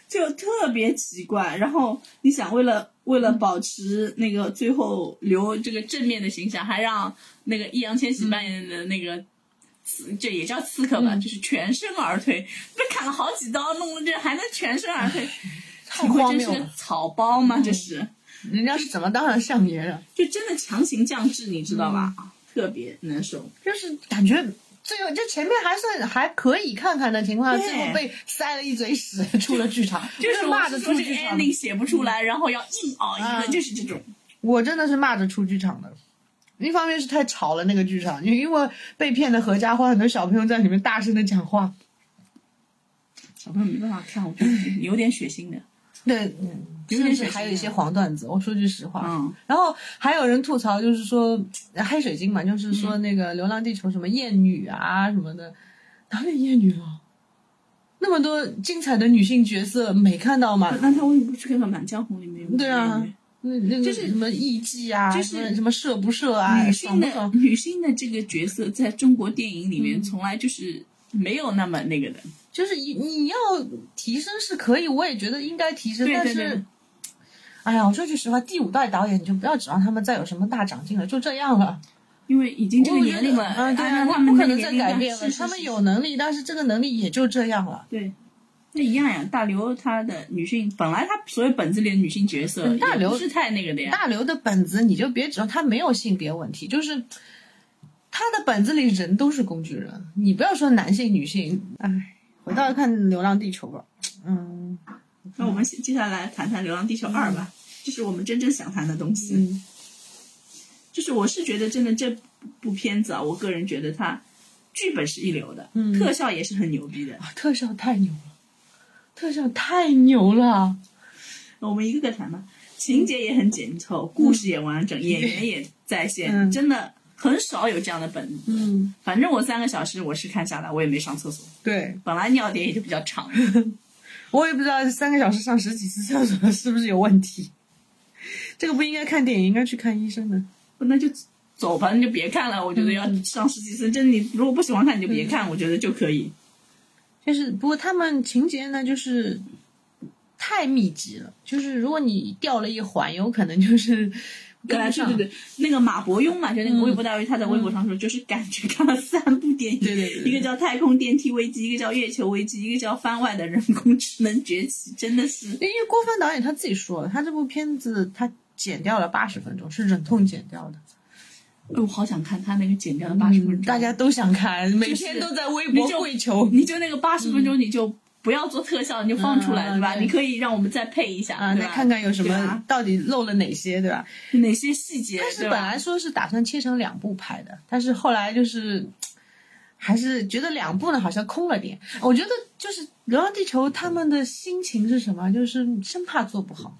就特别奇怪。然后你想，为了为了保持那个最后留这个正面的形象，还让那个易烊千玺扮演的那个刺，这也叫刺客吧，就是全身而退，被砍了好几刀，弄了这还能全身而退，
太
你会
荒
真是
谬
个
了！
草包吗？这是，
人家是怎么当上相爷啊的？
就真的强行降智，你知道吧？啊特别难受。
就是感觉最后就前面还算还可以看看的情况下，
对
最后被塞了一嘴屎出了剧场，
就是
骂
我
着
是
出
说这个
剧场的。
ending 写不出来，然后要硬熬一
啊
个，就是这种。
我真的是骂着出剧场的。一方面是太吵了那个剧场，因因为被骗的合家欢，很多小朋友在里面大声的讲话。
小朋友没办法看，我觉得 [clears throat] 有点血腥的。
对，
有
甚
点
至
血腥
还有
的
一些黄段子。我说句实话，
嗯
然后还有人吐槽，就是说呃黑水晶嘛，就是说那个《流浪地球》什么艳女啊什么的，哪里艳女了？那么多精彩的女性角色没看到吗？
那啊他为什么不去看看《满江红》里面有？
对啊，那那个
就是
什么艺妓啊，
就是
什么什么射不射啊，
女
爽
性
不
的、
爽？嗯
女性的这个角色在中国电影里面从来就是没有那么那个的，
就是你你要提升是可以，我也觉得应该提升，
对
但
对对
是，哎呀，我说句实话，第五代导演你就不要指望他们再有什么大长进了，就这样了。
因为已经这个年龄了，
嗯，对啊，
按照他
不
们
可
那个
能再
年龄
改
段
变了。
是是
他们
是
有能力，但是这个能力也就这样了。
对。那一样呀，大刘他的女性本来他所有本子里的女性角色
嗯大
也
刘
不是太那个的呀，
大刘的本子你就别指望他没有性别问题，就是他的本子里人都是工具人，你不要说男性女性，哎，回到看《流浪地球》吧，嗯
那我们接下来谈谈《流浪地球二》吧，这是我们真正想谈的东西。
嗯
就是我是觉得真的这部片子啊，我个人觉得它剧本是一流的，
嗯啊
特效也是很牛逼的。
哇特效太牛了，特效太牛了。
我们一个个谈吧。情节也很紧凑，故事也完整，演员也在线，
嗯
真的很少有这样的本子。
嗯，
反正我三个小时我是看下来，我也没上厕所。
对，
本来尿点也就比较长，
嗯我也不知道三个小时上十几次厕所是不是有问题。这个不应该看电影，应该去看医生的。
那就走吧，那就别看了。我觉得要
嗯
上十几次，真的，你如果不喜欢看你就别看，我觉得就可以。
就是不过他们情节呢，就是太密集了，就是如果你掉了一环，有可能就是
对
[laughs] 跟
啊
不
对
上。嗯
对对，那个马伯庸嘛，就那个微博大 V，他在微博上说，就是感觉看了三部电影，
对对对对
一个叫《太空电梯危机》，一个叫《月球危机》，一个叫《番外的人工智能崛起》，真的是
因为郭帆导演他自己说了，他这部片子他剪掉了八十分钟，是忍痛剪掉的。
哎，我好想看他那个剪掉的八十分钟。
嗯大家都想看，每
就是
天都在微博
你就
跪求。
你就那个八十分钟，你就不要做特效，你就放出来，
嗯
对吧？
对
你可以让我们再配一下，
啊，
对
再
吧？
看看有什
对
么
吧
到底漏了哪些，对吧？
哪些细节，
但是
对
本
吧？
来说是打算切成两部拍的，但是后来就是，还是觉得两部呢好像空了点。我觉得就是《流浪地球》他们的心情是什么？就是生怕做不好，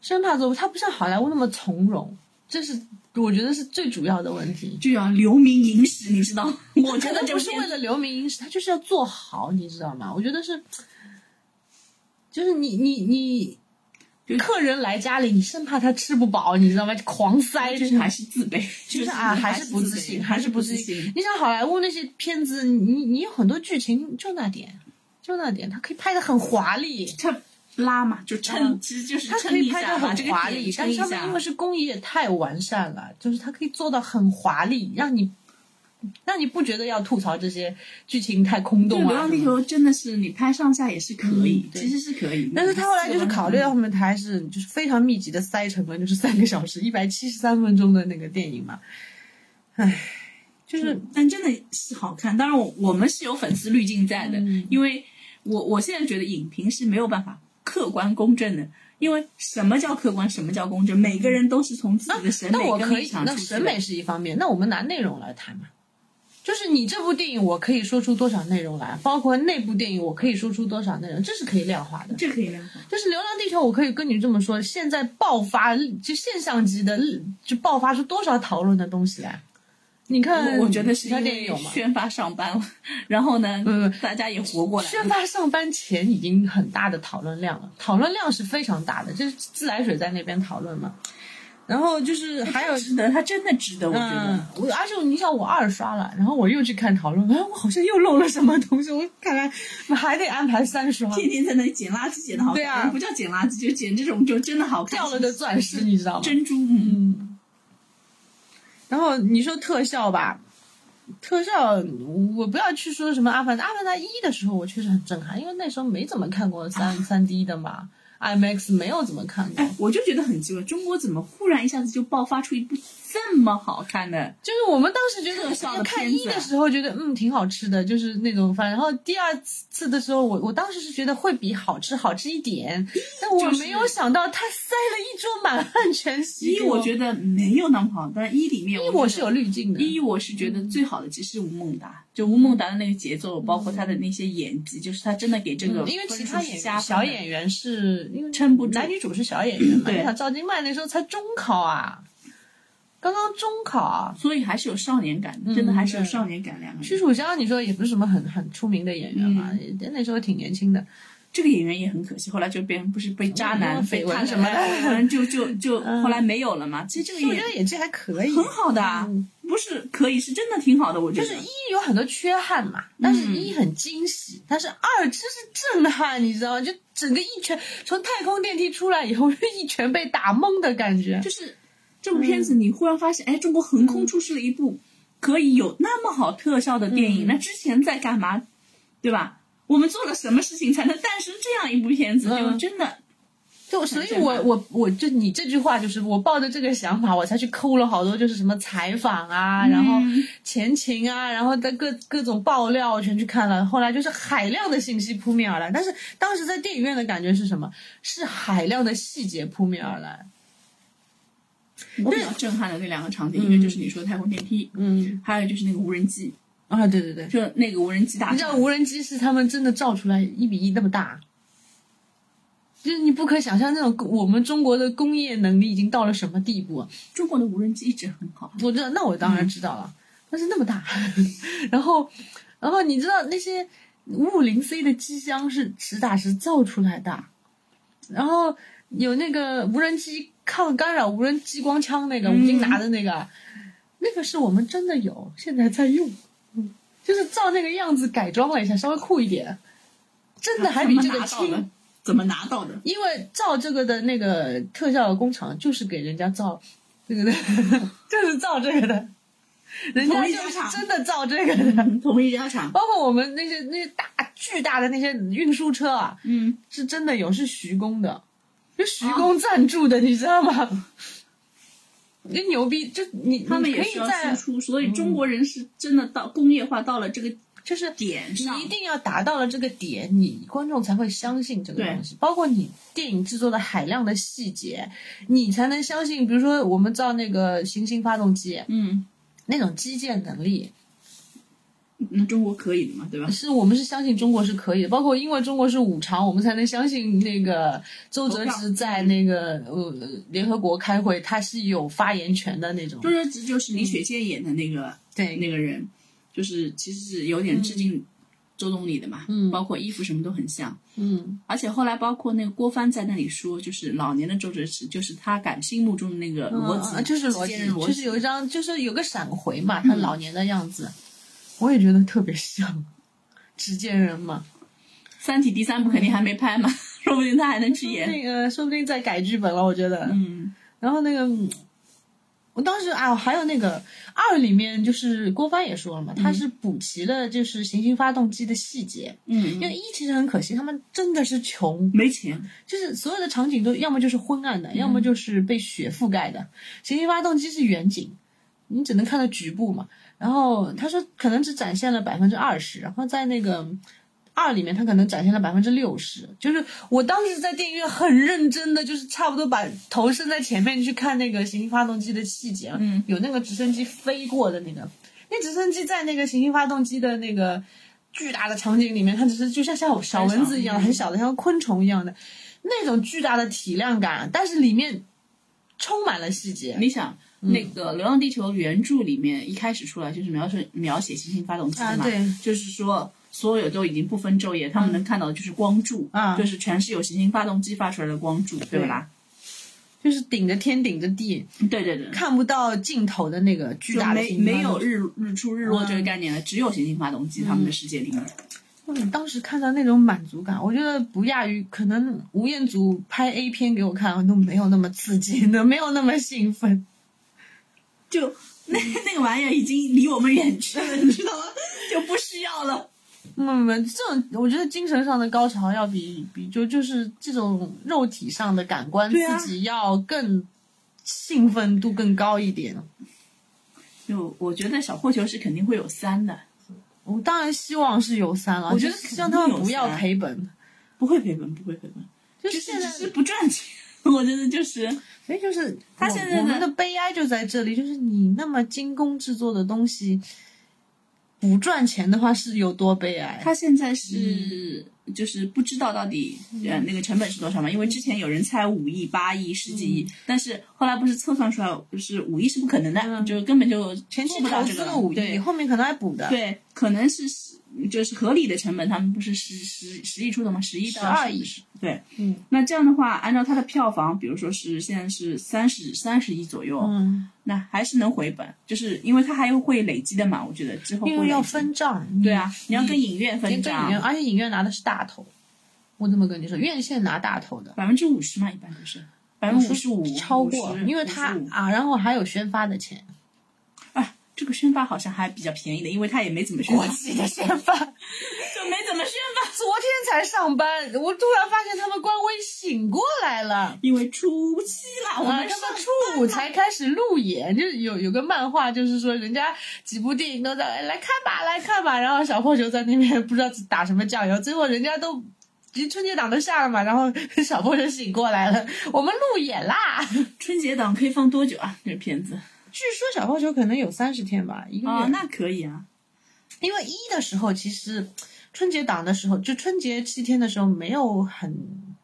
生怕做不，它不像好莱坞那么从容，这是我觉得是最主要的问题。
就要留名影史，你知道？我觉得
他
就
不是为了留名影史，他就是要做好，你知道吗？我觉得是，就是你你你，客人来家里，你生怕他吃不饱，你知道吗？狂塞，
就是还是自卑，
就
就是
啊，还
还
是不自信，还是不
不
自
信。
你想好莱坞那些片子，你你有很多剧情就那点，就那点，它可以拍的很华丽，
他拉嘛，就撑，其实就是
它可
撑一
以拍
下
的
嘛，
很
这个
华
点
丽，
撑
但
一
是他们因
下
为。是工艺也太完善了，就是它可以做到很华丽，让你让你不觉得要吐槽这些剧情太空
对
洞
《流
啊
浪
什
地
么的。
球》真的是你拍上下也是可以
嗯，对
其实是可以。
但是他后来就是考虑到后面，他还是就是非常密集的塞成了就是三个小时一百七十三分钟的那个电影嘛，唉，就是
嗯，但真的是好看。当然我，我们是有粉丝滤镜在的，
嗯
因为我我现在觉得影评是没有办法客观公正的，因为什么叫客观，什么叫公正，每个人都是从自己的审
那
美
我
跟
可
立
以，
场
那
出去
审
的
美。是一方面，那我们拿内容来谈嘛。就是你这部电影，我可以说出多少内容来，包括那部电影，我可以说出多少内容，这是可以量化的。
这可以量化。
就是《流浪地球》，我可以跟你这么说，现在爆发就现象级的，就爆发出多少讨论的东西来？你看，
我我觉得是
其他
因
电影
为
有吗？
宣发上班了，然后呢，
嗯
大家也活过来
宣
了。
发上班前已经很大的讨论量了，讨论量是非常大的，就是自来水在那边讨论嘛。然后就是还有
值得，他真的值得，我觉
嗯
得。，
我而且你想我二刷了，然后我又去看讨论，哎，我好像又漏了什么东西，我看来我还得安排三刷。
天天在那里捡垃圾，捡的好哎
对啊
看，不叫捡垃圾，就捡这种就真的好看，
[laughs] 掉了的钻石，你知道吗？
珍珠。嗯，
嗯。然后你说特效吧，特效我不要去说什么《阿凡达》，《阿凡达一》的时候我确实很震撼，因为那时候没怎么看过三三 D 的嘛，IMAX 没有怎么看过
哎。，我就觉得很奇怪，中国怎么忽然一下子就爆发出一部这么好看的？
就是我们当时觉得
特效的
看
片
一
子啊
的时候觉得嗯挺好吃的，就是那种饭。然后第二次的时候，我我当时是觉得会比好吃好吃一点，但我没有想到他塞了一桌满汉全席。
一我觉
得
得没有那么好，但是一里面
一
我
我
觉
是
得
有嗯滤镜的，
一我是觉得最好的其实是吴孟达，就吴孟达的那个节奏，包括他的那些演技，就是他真的给这个
嗯因为其他
分数
演
是加
员
分
小
的
演员是因为
撑不住
男女主是小演员嘛，
对
你想赵今麦那时候才中考啊，刚刚中考啊。
所以还是有少年感的，
嗯
真的还是有少年感。两个
屈
人，
楚萧，你说也不是什么很很出名的演员嘛，
嗯
也那时候挺年轻的。
这个演员也很可惜，后来就变成不是被渣男、
嗯
被
绯闻
他
什么的
[laughs] 反正就就就
嗯
后来没有了嘛。其实这个
其实我
演
觉得
员
演技还可以，
很好的啊，不是可以是真的挺好的，我觉
嗯就
得。
是一有很多缺憾嘛，
嗯
但是一很惊喜，但是二真是震撼，你知道吗？就整个一拳从太空电梯出来以后，就 [laughs] 一拳被打懵的感觉。
就是这部片子，
嗯
你忽然发现，哎，中国横空出世了一部可以有那么好特效的电
嗯
影，那之前在干嘛，对吧？我们做了什么事情才能诞生这样一部片子？
嗯
就真的
就所以
震
我，
撼
我我就你这句话，就是我抱着这个想法，我才去抠了好多，就是什么采访啊，然后
嗯
前情啊，然后的各各种爆料我全去看了。后来就是海量的信息扑面而来，但是当时在电影院的感觉是什么？是海量的细节扑面而来。
我比较震撼的那两个场景，一个就是你说的太空电梯，
嗯
还有就是那个无人机，
啊，对对对，
就那个无人机大
你知道
战。
无人机是他们真的造出来一比一那么大，就是你不可想象那种我们中国的工业能力已经到了什么地步。啊
中国的无人机一直很好，
我知道，那我当
嗯
然知道了，但是那么大， [laughs] 然后，然后你知道那些五五零 C 的机箱是实打实造出来的，然后有那个无人机抗干扰无人激光枪那个，我们
嗯
今拿的那个，那个是我们真的有，现在在用，嗯，就是照那个样子改装了一下，稍微酷一点，真的还比这
怎么拿
个
到
轻
的。怎么拿到的？
因为造这个的那个特效工厂就是给人家造这个的， [laughs] 就是造这个的，人家
同一
就
家
是
厂
真的造这个的。
同一家厂，
包括我们那些那些大巨大的那些运输车啊，
嗯，
是真的有是徐工的，就徐工赞助的，你知
[laughs]
道吗？那牛逼，就你
嗯他们
你可
也
以
是要输
在
出，所以中国人是真的到工业化到了这个
就是
点上
你一，定要达到了这个点，你观众才会相信这个
对
东西。包括你电影制作的海量的细节，你才能相信。比如说，我们造那个行星发动机
嗯，
那种基建能力，
那中国可以的嘛，对吧？
是我们是相信中国是可以的，包括因为中国是五常，我们才能相信那个周哲直在那个呃联合国开会，他是有发言权的那种
周。哲直就是李雪健演的那个、
对
那个人，就是其实是有点致敬周总理的嘛，
嗯
包括衣服什么都很像。
嗯
而且后来包括那个郭帆在那里说，就是老年的周哲直，就是他感心目中的那个罗子，
啊就是
罗
罗辑，
罗
就是有一张，就是有个闪回嘛，他老年的样子，我也觉得特别像执剑人嘛。
三体》第三部肯定还没拍嘛， [laughs] 说不定他还能去演。
那个说不定在改剧本了，我觉得。
嗯，
然后那个，嗯我当时啊，还有那个二里面就是郭帆也说了嘛，他是补齐了就是行星发动机的细节。
嗯
因为一其实很可惜，他们真的是穷，
没钱，
就是所有的场景都要么就是昏暗的，要
嗯
么就是被雪覆盖的。行星发动机是远景，你只能看到局部嘛。然后他说可能只展现了百分之二十，然后在那个二里面他可能展现了百分之六十。就是我当时在电影院很认真的，就是差不多把头伸在前面去看那个行星发动机的细节，啊
嗯，
有那个直升机飞过的那个，那直升机在那个行星发动机的那个。巨大的场景里面，它只是就像像小蚊子一样，
很小
很小的，像昆虫一样的那种巨大的体量感，但是里面充满了细节。
你想。那个《流浪地球》原著里面一开始出来就是描述描写行星发动机的嘛，
啊对
就是说所有都已经不分昼夜，他们能看到的就是光柱，
啊
就是全是由行星发动机发出来的光柱，对不啦？
就是顶着天顶着地，
对对对，
看不到尽头的那个巨
就
大的
没
行星
没有日日出日落这个概念了，只有行星发动机他们的世界里面。
哇你当时看到那种满足感，我觉得不亚于可能吴彦祖拍 A 片给我看都没有那么刺激 [laughs] 的，没有那么兴奋。
就 [laughs] 那那个玩意儿已经离我们远去 [laughs] 了，你知道吗？就不需要了。
没没，嗯这种我觉得精神上的高潮要比比就就是这种肉体上的感官
对啊
刺激要更兴奋度更高一点。
就我觉得小破球是肯定会有三的，
我当然希望是有三了，
我觉得
就是
肯定
希望他们不
有
要
三
赔本。
不会赔本，不会赔本，
就
就是
现在
只，是不赚钱。我觉得就是
所以就是
他
我
现在
我们
的
的悲哀就在这里，就是你那么精工制作的东西不赚钱的话是有多悲哀。
他现在是、嗯就是不知道到底呃那个成本是多少嘛，因为之前有人猜五亿、八亿、十几
嗯
亿，但是后来不是测算出来是五亿是不可能的，就是根本就前
前期嗯投资了五亿，后面可能还补的。
对，可能是十就是合理的成本，他们不是十十十亿出头吗？十一到
12亿，
对，
嗯，
那这样的话，按照它的票房，比如说是现在是三十三十亿左右，
嗯，
那还是能回本，就是因为它还会累积的嘛，我觉得之后会
因为要
累积
分账。
对啊，你要跟影院
嗯，
分
跟影院，
账，
而且影院拿的是大头。我这么跟你说，院线拿大头的，
百分之五十嘛，一般都是百分之五十五，
超过，
50
因为他
55
啊，然后还有宣发的钱，
啊，这个宣发好像还比较便宜的，因为他也没怎么宣发，就
的宣发。
没怎么宣发，
昨天才上班，我突然发现他们官微醒过来了。
因为初期啦，我
啊，
们
他
上
们初五才开始路演，就是有有个漫画，就是说人家几部电影都在哎来看吧，来看吧，然后小破球在那边不知道打什么酱油，最后人家都。其实春节档都下了嘛，然后 [laughs] 小破球醒过来了，我们路演啦。据
春节档可以放多久啊？这个片子
说小破球可能有三十天吧，一个月。
哦，那可以啊。
因为一的时候，其实春节档的时候，就春节七天的时候没有很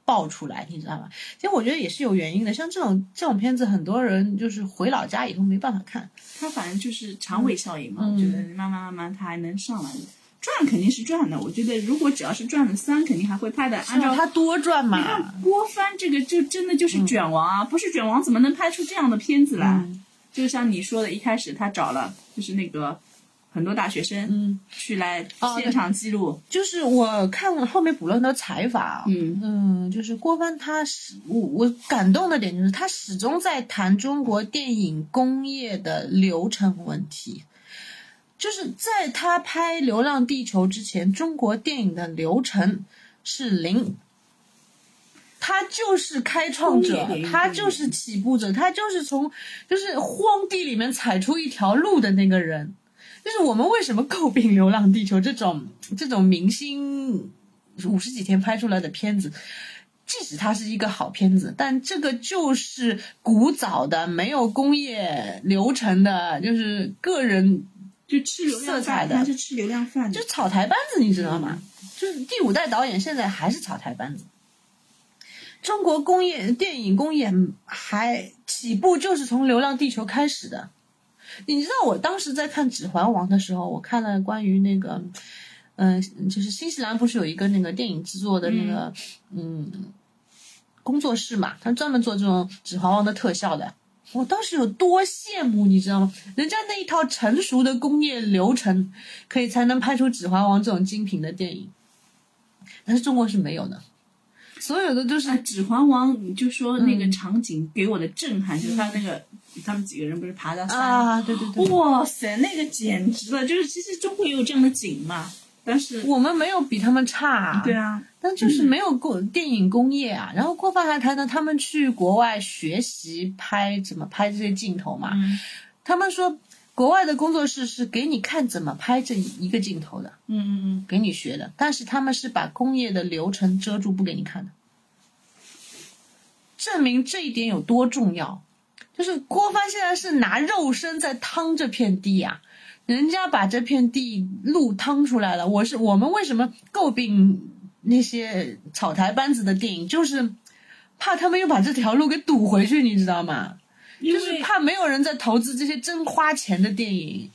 爆出来，你知道吗？其实我觉得也是有原因的。像这种这种片子，很多人就是回老家以后没办法看，
它反正就是长尾效应嘛，
嗯
我觉得慢慢慢慢它还能上来的。赚肯定是赚的，我觉得如果只要是赚了三，肯定还会拍的。按
让
照
他多赚嘛。
郭帆这个就真的就是
嗯
卷王啊，不是卷王怎么能拍出这样的片子来？就像你说的，一开始他找了就是那个很多大学生
嗯，
去来
哦对
现场记录，
就是我看了后面补了很多采访，
嗯
嗯，就是郭帆他始我我感动的点就是他始终在谈中国电影工业的流程问题。就是在他拍《流浪地球》之前，中国电影的流程是零，他就是开创者
工业，零嗯
他就是起步者，他就是从就是荒地里面踩出一条路的那个人。就是我们为什么诟病《流浪地球》这种这种明星五十几天拍出来的片子，即使它是一个好片子，但这个就是古早的、没有工业流程的，就是个人
就吃流量
色彩
饭，
的
他是吃流量饭的
就。草台班子，你知道吗？就是第五代导演现在还是草台班子。中国工业电影工业还起步就是从《流浪地球》开始的。你知道我当时在看《指环王》的时候，我看了关于那个，嗯、就是新西兰不是有一个那个电影制作的那个嗯工作室嘛，他专门做这种《指环王》的特效的。我当时有多羡慕，你知道吗？人家那一套成熟的工业流程，可以才能拍出《指环王》这种精品的电影，但是中国是没有的，所有的都是
啊，《指环王》你就说那
嗯
个场景给我的震撼，就是他那个他们几个人不是爬到山吗
啊，对对对，
哇塞，那个简直了！就是其实中国也有这样的景嘛，但是
我们没有比他们差、啊，
对啊，
但就是没有过电影工业啊。然后郭帆还谈到他们去国外学习拍怎么拍这些镜头嘛，
嗯
他们说国外的工作室是给你看怎么拍这一个镜头的，
嗯嗯
给你学的，但是他们是把工业的流程遮住不给你看的，证明这一点有多重要。就是郭帆现在是拿肉身在趟这片地啊，人家把这片地路趟出来了。我是我们为什么诟病那些草台班子的电影，就是怕他们又把这条路给堵回去，你知道吗？
因
就
为
是怕没有人在投资这些真花钱的电影。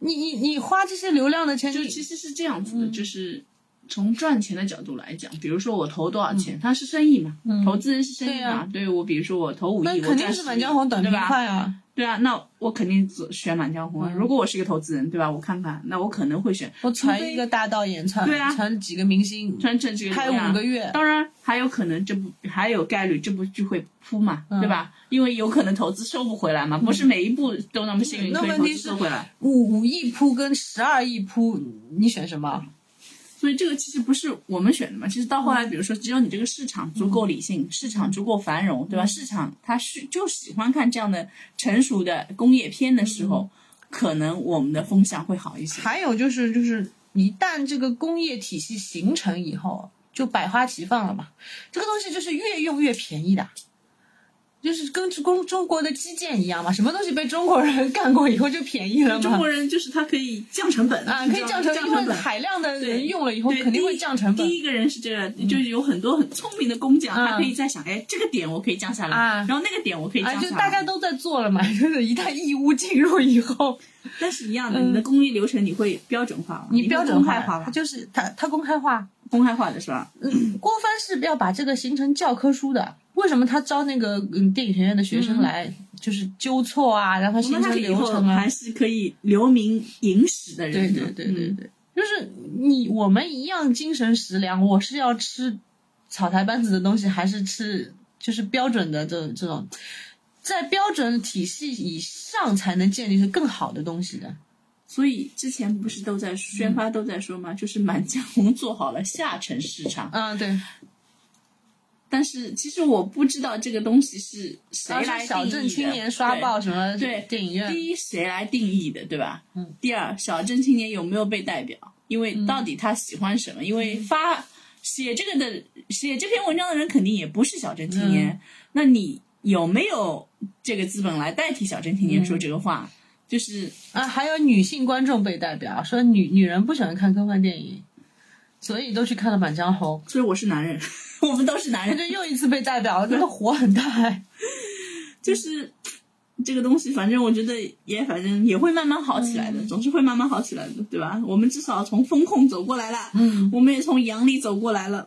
你你你花这些流量的钱，
就
你
其实是这样子的，
嗯
就是从赚钱的角度来讲，比如说我投多少钱，它是生意嘛，投资人是生意
嗯对
嘛
啊，
对我比如说我投五亿，
那
我
肯定
赚
是《
10
满江红》短
对
平
吧？
快啊。
对啊，那我肯定选《满江红》啊。如果我是一个投资人，对吧？我看看，那我可能会选
我传一个大导演，传
对啊
传几个明星，
川正这个
拍
流量
五个啊月
当然还有可能这部还有概率这部剧会扑嘛，
嗯
对吧？因为有可能投资收不回来嘛，不是每一部都那么幸运
那
可以
问
投
题
资
是
收回来。
五五亿扑跟十二亿扑，你选什么？
所以这个其实不是我们选的嘛，其实到后来，
嗯
比如说，只有你这个市场足够理性，市场足够繁荣，
嗯
对吧？市场它是就喜欢看这样的成熟的工业片的时候，可能我们的风向会好一些。
嗯还有就是就是，一旦这个工业体系形成以后，就百花齐放了嘛。这个东西就是越用越便宜的，就是跟中中国的基建一样嘛，什么东西被中国人 [laughs] 干过以后就便宜了嘛。
中国人就是他可以降成本
啊，
你
可
知
以
道吗
降成
降
本，因
成
为
本。
海量的
对
人用了以后
对
肯定
第
会
一
降成本
第一个人是这个，就是有很多很聪明的工匠，
嗯
他可以在想，哎，这个点我可以降下来，
啊
然后那个点我可以降
啊，
下来。
就大家都在做了嘛， [laughs] 就是一旦义乌进入以后，
但是一样的，你的工艺流程你会标准化吗，会
嗯标准
公开化
了
吧
它，就是它它公开化，
公开化的是吧？
郭帆是要把这个形成教科书的。为什么他招那个嗯电影学院的学生来，就是纠错啊，然后
我们
形
还
成
可以以
流
后
程啊
还？是可以留名影史的
对
人的，
对对对
嗯
对，就是你我们一样精神食粮，我是要吃草台班子的东西，还是吃就是标准的这这种，在标准体系以上才能建立出更好的东西的。
所以之前不是都在宣发都在说嘛，就是《满江红》做好了下沉市场，
嗯，对，
但是其实我不知道这个东西是谁
当时
来
小
定义
镇
的
青年刷
对
爆什么
对
电影院，
第一，谁来定义的，对吧？
嗯。
第二，小镇青年有没有被代表？因为到底他喜欢
嗯
什么？因为发写这个的写这篇文章的人肯定也不是小镇青
嗯
年，那你有没有这个资本来代替小镇青
嗯
年说这个话？就是
啊，还有女性观众被代表，说女女人不喜欢看科幻电影，所以都去看了《满江红
所以我是男人， [laughs] 我们都是》，男
那
人，
就又一次被代表了，这个火很大。哎
就是。这个东西，反正我觉得也，反正也会慢慢好起
嗯
来的，总是会慢慢好起来的，对吧？我们至少从风控走过来了，
嗯，
我们也从阳历走过来了，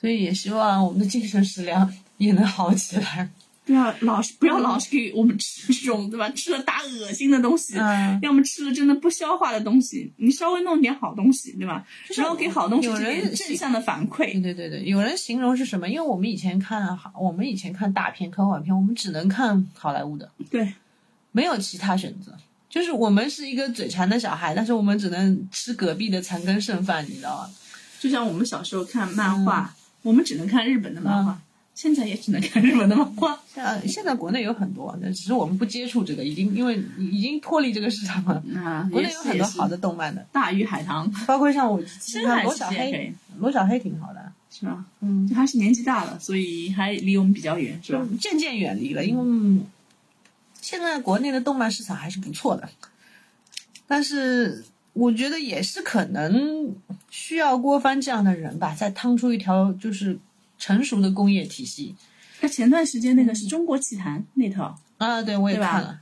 所以也希望我们的精神食粮也能好起
[laughs]
来。
对啊，老是不
嗯
要老是给我们吃这种对吧？吃了打恶心的东西，
嗯
要么吃了真的不消化的东西，你稍微弄点好东西，对吧？
是
然后给好东西
有人
这点正向的反
对
馈，
对对对，有人形容是什么？因为我们以前看好，我们以前看大片、科幻片，我们只能看好莱坞的，
对，
没有其他选择。就是我们是一个嘴馋的小孩，但是我们只能吃隔壁的残羹剩饭，你知道吗？
就像我们小时候看漫画，
嗯
我们只能看日本的漫画，现在也只能看日本的漫
[laughs]
画。
呃，现在国内有很多，啊但只是我们不接触这个，已经因为已经脱离这个市场了。
那
嗯国
也
内
是
有很多好，
也
的
是
动漫的，
大鱼海棠、
包括像我
深
看
海
罗
世
小
界也可
黑，
以，
罗小黑挺好的，
是吧？
嗯，
就他是年纪大了，所以还离我们比较远，是吧？
渐渐远离了，因为嗯现在国内的动漫市场还是不错的，但是我觉得也是可能需要郭帆这样的人吧，再趟出一条就是成熟的工业体系。
那前段时间那个是中国奇谭那套，
啊，对我也
对吧
看了，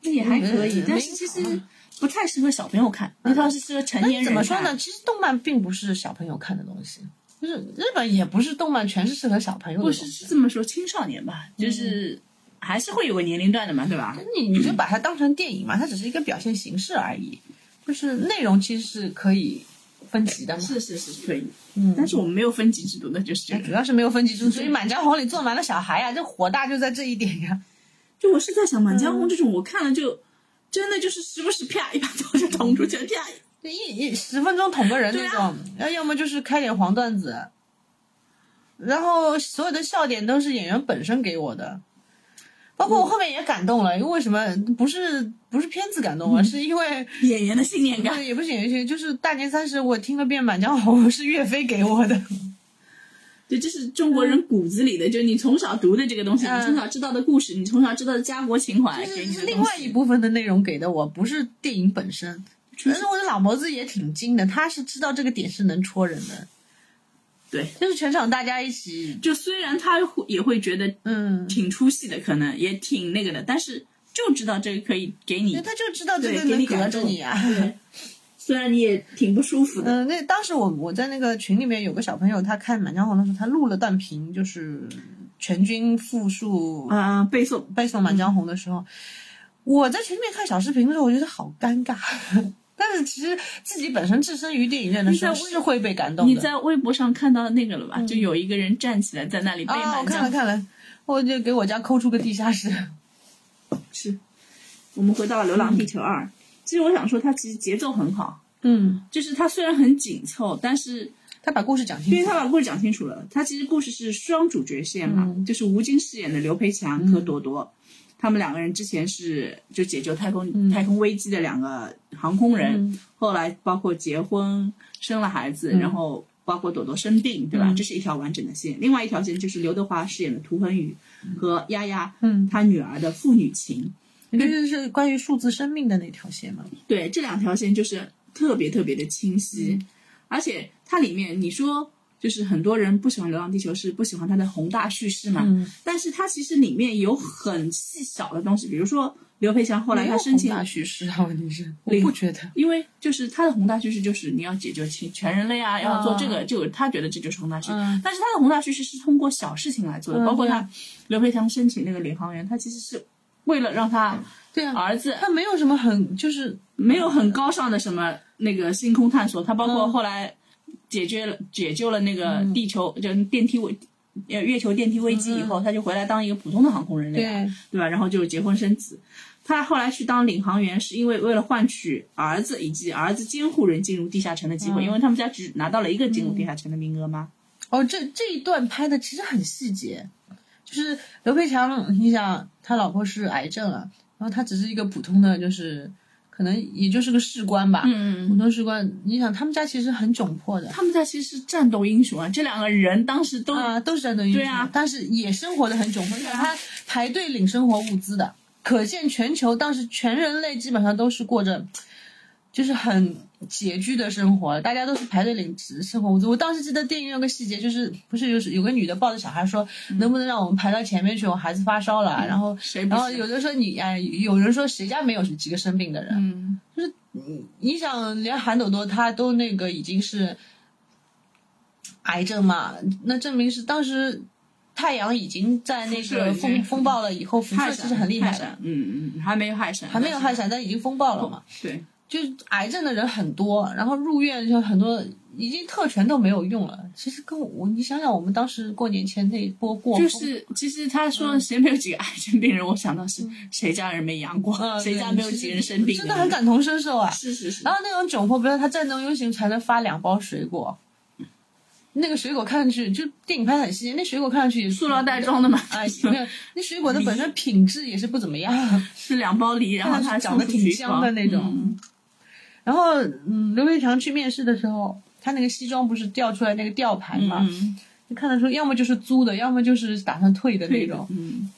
那也还可以
嗯，
但是其实不太适合小朋友看，那套是适合成年
那
人
怎么说
看
呢？？其实动漫并不是小朋友看的东西，就是日本也不是动漫全是适合小朋友的
不
东西。
是是嗯这么说，青少年吧，就是还是会有个年龄段的嘛，对吧？
你你就把它当成电影嘛，它只是一个表现形式而已，就是内容其实是可以分级的嘛。
是是是哎可以，
嗯
但是我们没有分级制度，那就是这
主
个。
要是没有分级制度，所以《满江红》里坐满了小孩呀、这火大就在这一点呀。
就我是在想，《满江红》这种我看了就真的就是时不时啪一把刀就捅出去，啪
就一一十分钟捅个人那
对
种
啊，
然后要么就是开点黄段子，然后所有的笑点都是演员本身给我的，包括我后面也感动了，因为为什么不是不是片子感
嗯
动我，是因为
演员的信念感。嗯
对也不是演员，就是大年三十我听了遍《满江红》是岳飞给我的，
对，这是中国人骨子里的，就是你从小读的这个东西，
嗯
你从小知道的故事，你从小知道的家国情怀，
就
给
是
你的东
是
西
另外一部分的内容给的我，不是电影本身。但是我的老谋子也挺精的，他是知道这个点是能戳人的，
对，
就是全场大家一起，
就虽然他会也会觉得
嗯，
挺出戏的，可能也挺那个的，但是就知道这个可以给你
那，他就知道这
对
个，
给
能
你
隔
感
着
动
你啊。 [laughs]
对，虽然你也挺不舒服的，
嗯，那当时我我在那个群里面有个小朋友，他看《满江红》的时候，他录了段评，就是全军复述
啊、背诵
背诵《满江红》的时候，我在群里面看小视频的时候，我觉得好尴尬。 [laughs] 但是其实自己本身置身于电影院的时候，
你在微
是会被感动的。
你在微博上看到那个了吧？就有一个人站起来在那里背
嗯啊，我
满
看了
江，
看了，我就给我家抠出个地下室。
是。我们回到《流浪地球二》其实我想说，它其实节奏很好，
嗯，
就是它虽然很紧凑，但是
[laughs] 他把故事讲
因
清
为
楚。
他把故事讲清楚了，他其实故事是双主角线嘛，就是吴京饰演的刘培强和朵朵，他们两个人之前是就解救太空、太空危机的两个航空人，后来包括结婚生了孩子，然后包括朵朵生病，对吧？这是一条完整的线。另外一条线就是刘德华饰演的涂恒宇和丫丫，
嗯
他女儿的父女情，
你这是关于数字生命的那条线吗？
对，这两条线就是特别特别的清晰，
嗯
而且它里面你说就是很多人不喜欢《流浪地球》是不喜欢它的宏大叙事嘛，
嗯
但是它其实里面有很细小的东西，比如说刘培强后来
没
他
有
申
宏
请，
大叙事啊，问题是我
领
不觉得。
因为就是他的宏大叙事就是你要解救全全人类啊，要做这个，就他觉得这就是宏大叙事，
嗯
但是他的宏大叙事是通过小事情来做的，包括
对啊
他刘培强申请那个领航员，他其实是为了让他
对啊，
儿子
他没有什么很就是
没有很高尚的什么那个星空探索，它包括后来解决了、解救了那个地球，就是电梯危呃月球电梯危机以后，他就回来当一个普通的航空人类啊，
对
对吧？然后就结婚生子。他后来去当领航员，是因为为了换取儿子以及儿子监护人进入地下城的机会，因为他们家只拿到了一个进入地下城的名额嘛。
哦，这这一段拍的其实很细节，就是刘培强，你想他老婆是癌症了，然后他只是一个普通的，就是可能也就是个士官吧，
嗯
普通士官。你想他们家其实很窘迫的，
他们家其实是战斗英雄啊，这两个人当时都、
啊，都是战斗英雄，
对啊
但是也生活的很窘迫，
对啊
他排队领生活物资的，可见全球当时全人类基本上都是过着就是很拮据的生活，大家都是排队领生活物资。我当时记得电影院有个细节，就是不是就是有个女的抱着小孩说，
嗯
能不能让我们排到前面去，我孩子发烧了，然后。
谁不
然后
是？
有的说你哎，有人说谁家没有几个生病的人？
嗯，
你想，连韩朵朵她都那个已经是癌症嘛，那证明是当时太阳已经在那
辐射
个
已经
风风暴了以后，辐
害
射
闪
其实很厉害
害
的，
闪嗯嗯，还没有害闪，
还没有害闪，但已经风暴了嘛。
对。
就是癌症的人很多，然后入院就很多，已经特权都没有用了。其实跟我，你想想，我们当时过年前那一波过
就
风，
是，其实他
嗯
说谁没有几个癌症病人，我想到是谁家人没阳过，
嗯
谁
对
家没有几个人生病，
真的很。感同身受啊。
是是是
然，后那种窘迫，比如说他战斗英雄才能发两包水果，那个水果看上去就电影拍得很细，那水果看上去也
塑料袋装的嘛，
嗯哎，没有，那水果的本身品质也是不怎么样，
[laughs] 是两包梨，
[laughs]
然后他
长得挺香的那种。
嗯
然后，嗯，刘培强去面试的时候，他那个西装不是掉出来那个吊牌嘛，
嗯，
就看得出，要么就是租的，要么就是打算退的那
对的
种，。
嗯，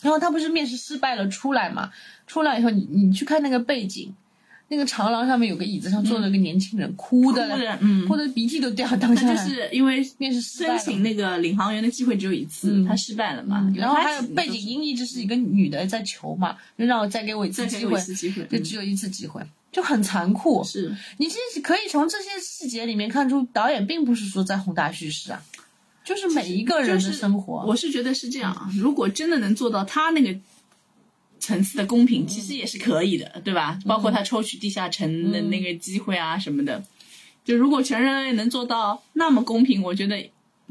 然后他不是面试失败了出来嘛？出来以后你，你去看那个背景，那个长廊上面有个椅子上坐着个年轻人，哭的，
嗯哭的嗯
哭的鼻涕都掉当下
他
来。
就是因为
面试失败
申
了
请那个领航员的机会只有一次，
嗯
他失败了嘛。
然后还有
他
背景音译，这是一个女的在求嘛，就让我再给我一次
再
机
给我
会
一，次机会，
就
嗯
只有一次机会，就很残酷。
是
你其实可以从这些细节里面看出，导演并不是说在宏大叙事啊，就是每一个人的生活。
我是觉得是这样啊，如果真的能做到他那个层次的公平，其实也是可以的，对吧？包括他抽取地下城的那个机会啊什么的，就如果全人类能做到那么公平，我觉得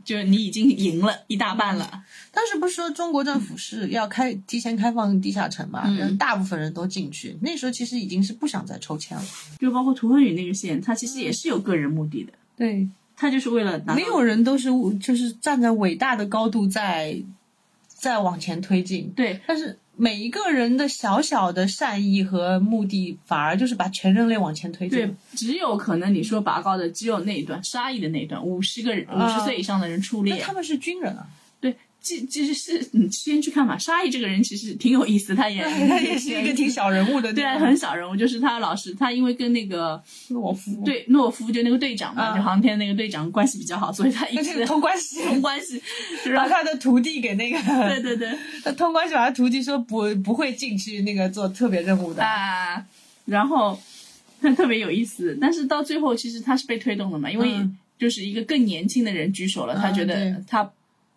就你已经赢了一大半了。
当时不是说中国政府是要开提前开放地下城嘛，
嗯
让大部分人都进去。那时候其实已经是不想再抽签了。
就包括涂恒宇那个线，他其实也是有个人目的的，
对，
他就是为了拿到
没有人都是就是站在伟大的高度在在往前推进，
对
但是每一个人的小小的善意和目的，反而就是把全人类往前推进。
对，只有可能你说拔高的，只有那一段沙溢的那一段，五十个人五十岁以上的人出
那
列
他，们是
[laughs]
军人啊，
对，其其实是你先去看吧。沙溢这个人其实挺有意思， [laughs] 他也
[laughs] 他也是一个挺小人物的，
对啊，很小人物，就是他老师，他因为跟那个
懦夫，，
对懦夫就那个队长嘛，
啊
就航天那个队长关系比较好，所以他一
那这 [laughs]
直
个通关
[laughs]
系。
同关系，就
把
让他
他的徒弟给那
对
个，
对对
[laughs] 通关系把他徒弟说不不会进去那个做特别任务的，
啊，然后他特别有意思，但是到最后其实他是被推动的嘛，因为
嗯
就是一个更年轻的人举手了，他
啊
觉得
对
他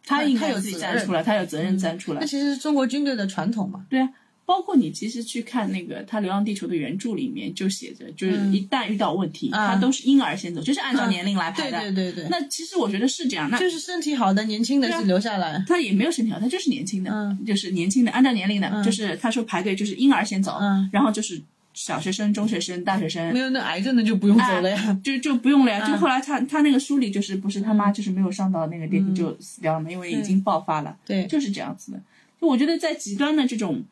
他
他
应
他
该
有
自己
责
站
任嗯
出来，他有责任站出来
那。其实是中国军队的传统嘛，
对啊，包括你其实去看那个他《流浪地球》的原著里面就写着，就是
嗯
一旦遇到问题，
啊
他都是婴儿先走，就是按照
啊
年龄来排
对
的。
对对对，
那其实我觉得是这样，那
就是身体好的年轻的
对
是
啊
留下来，
他也没有身体好，他就是年轻的，
嗯
就是年轻的，按照年龄的，就是他说排队就是婴儿先走，
嗯
然后就是小学生、中学生、大学生
没。有那嗯癌症的就不用走了
哎
呀。
就就不用了呀。就后来他他那个书里就是不是他
嗯
妈就是没有上到那个电梯就死掉了嘛，因为已经爆发了，
对
就是这样子的。就我觉得在极端的这种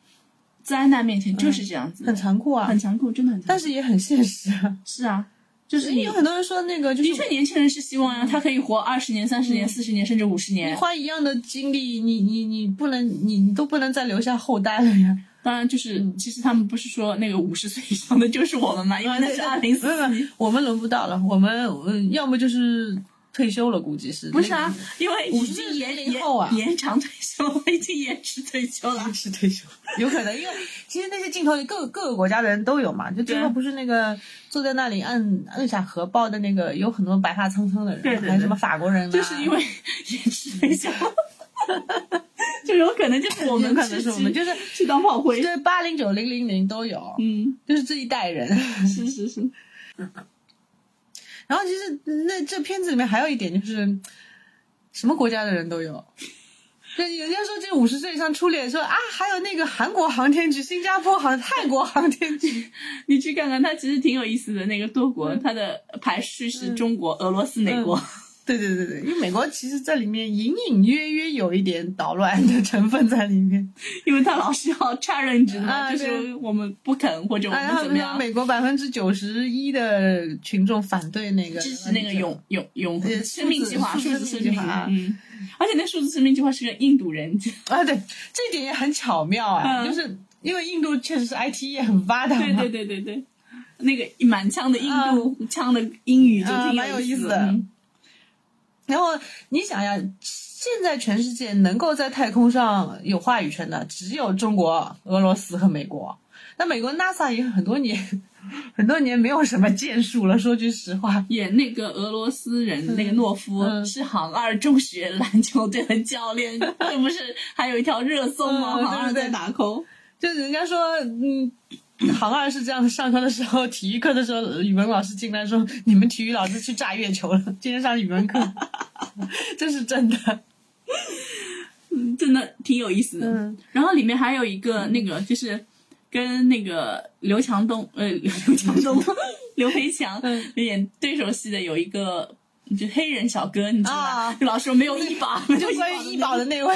灾难面前就是这样子的，
嗯很残酷啊
很，残酷，真的很残酷。
但是也很现实啊。
是啊，就是你
有很多人说那个就
的确
是
年轻人是希望啊，他可以活二十年、三十年、四十年，甚至五十
嗯你
年。
花一样的精力，你你你不能，你你都不能再留下后代了呀。
当然，就是
嗯
其实他们不是说那个五十岁以上的就是我们嘛，因为 [laughs] 那是二零四。
[laughs] 我们轮不到了，我们嗯，要么就是退休了，估计是
不是啊，因为已经
50
延
岁以
延
后啊
延长退休，已经延迟退休了。
是
[laughs]
退休，有可能，因为其实那些镜头各各个国家的人都有嘛。就最后
对啊
不是那个坐在那里按按下核爆的那个，有很多白发苍苍的人，
对对对
还有什么法国人、啊，
就是因为延迟退休， [laughs] 就有可能就是我
我
们
们可能是我们就是
去当炮灰。
对八零九零零零都有，
嗯，
就是这一代人。
是是是，
然后其实那这片子里面还有一点就是，什么国家的人都有。就人家说这五十岁以上初恋，说啊，还有那个韩国航天局、新加坡航、泰国航天局，
你去看看，它其实挺有意思的。那个多
嗯
国，它的排序是中国、俄罗斯、美国。
对对对对，因为美国其实在里面隐隐约约有一点捣乱的成分在里面。
因为他老是要 challenge 嘛，
啊
就
对
是我们不肯或者我
啊，然
们
后
怎么样、
美国百分之九十一的群众反对那个
支持那个永永永
呃
恒生命计划、
数
数
字
字生
生命
命
计划啊
嗯，而且那数字生命计划是个印度人， [laughs]
啊，对，这一点也很巧妙啊，
嗯
就是因为印度确实是 IT 也很发达嘛，
对对对对对，那个满腔的印度腔的英语就
啊
挺
蛮有
意
意思的
的。嗯
然后你想呀，现在全世界能够在太空上有话语权的，只有中国、俄罗斯和美国。那美国 NASA 也很多年，很多年没有什么建树了。说句实话，
演那个俄罗斯人，那个懦夫、
嗯
是杭二中学篮球队的教练， [laughs] 这不是还有一条热搜吗？
嗯
杭二
对对对
在打 call，
就人家说，嗯，航二是这样的，上课的时候，体育课的时候，语文老师进来说，你们体育老师去炸月球了，今天上语文 [laughs] 课，这是真的。
嗯真的挺有意思的。
嗯
然后里面还有一个那个就是跟那个刘强东，呃， [laughs] 刘刘强东，刘培强
嗯
有点对手戏的有一个。就黑人小哥，你知道吗？
啊
就老说没有医保，没有
[laughs] 就
医
关
保
于
的
医保的那位，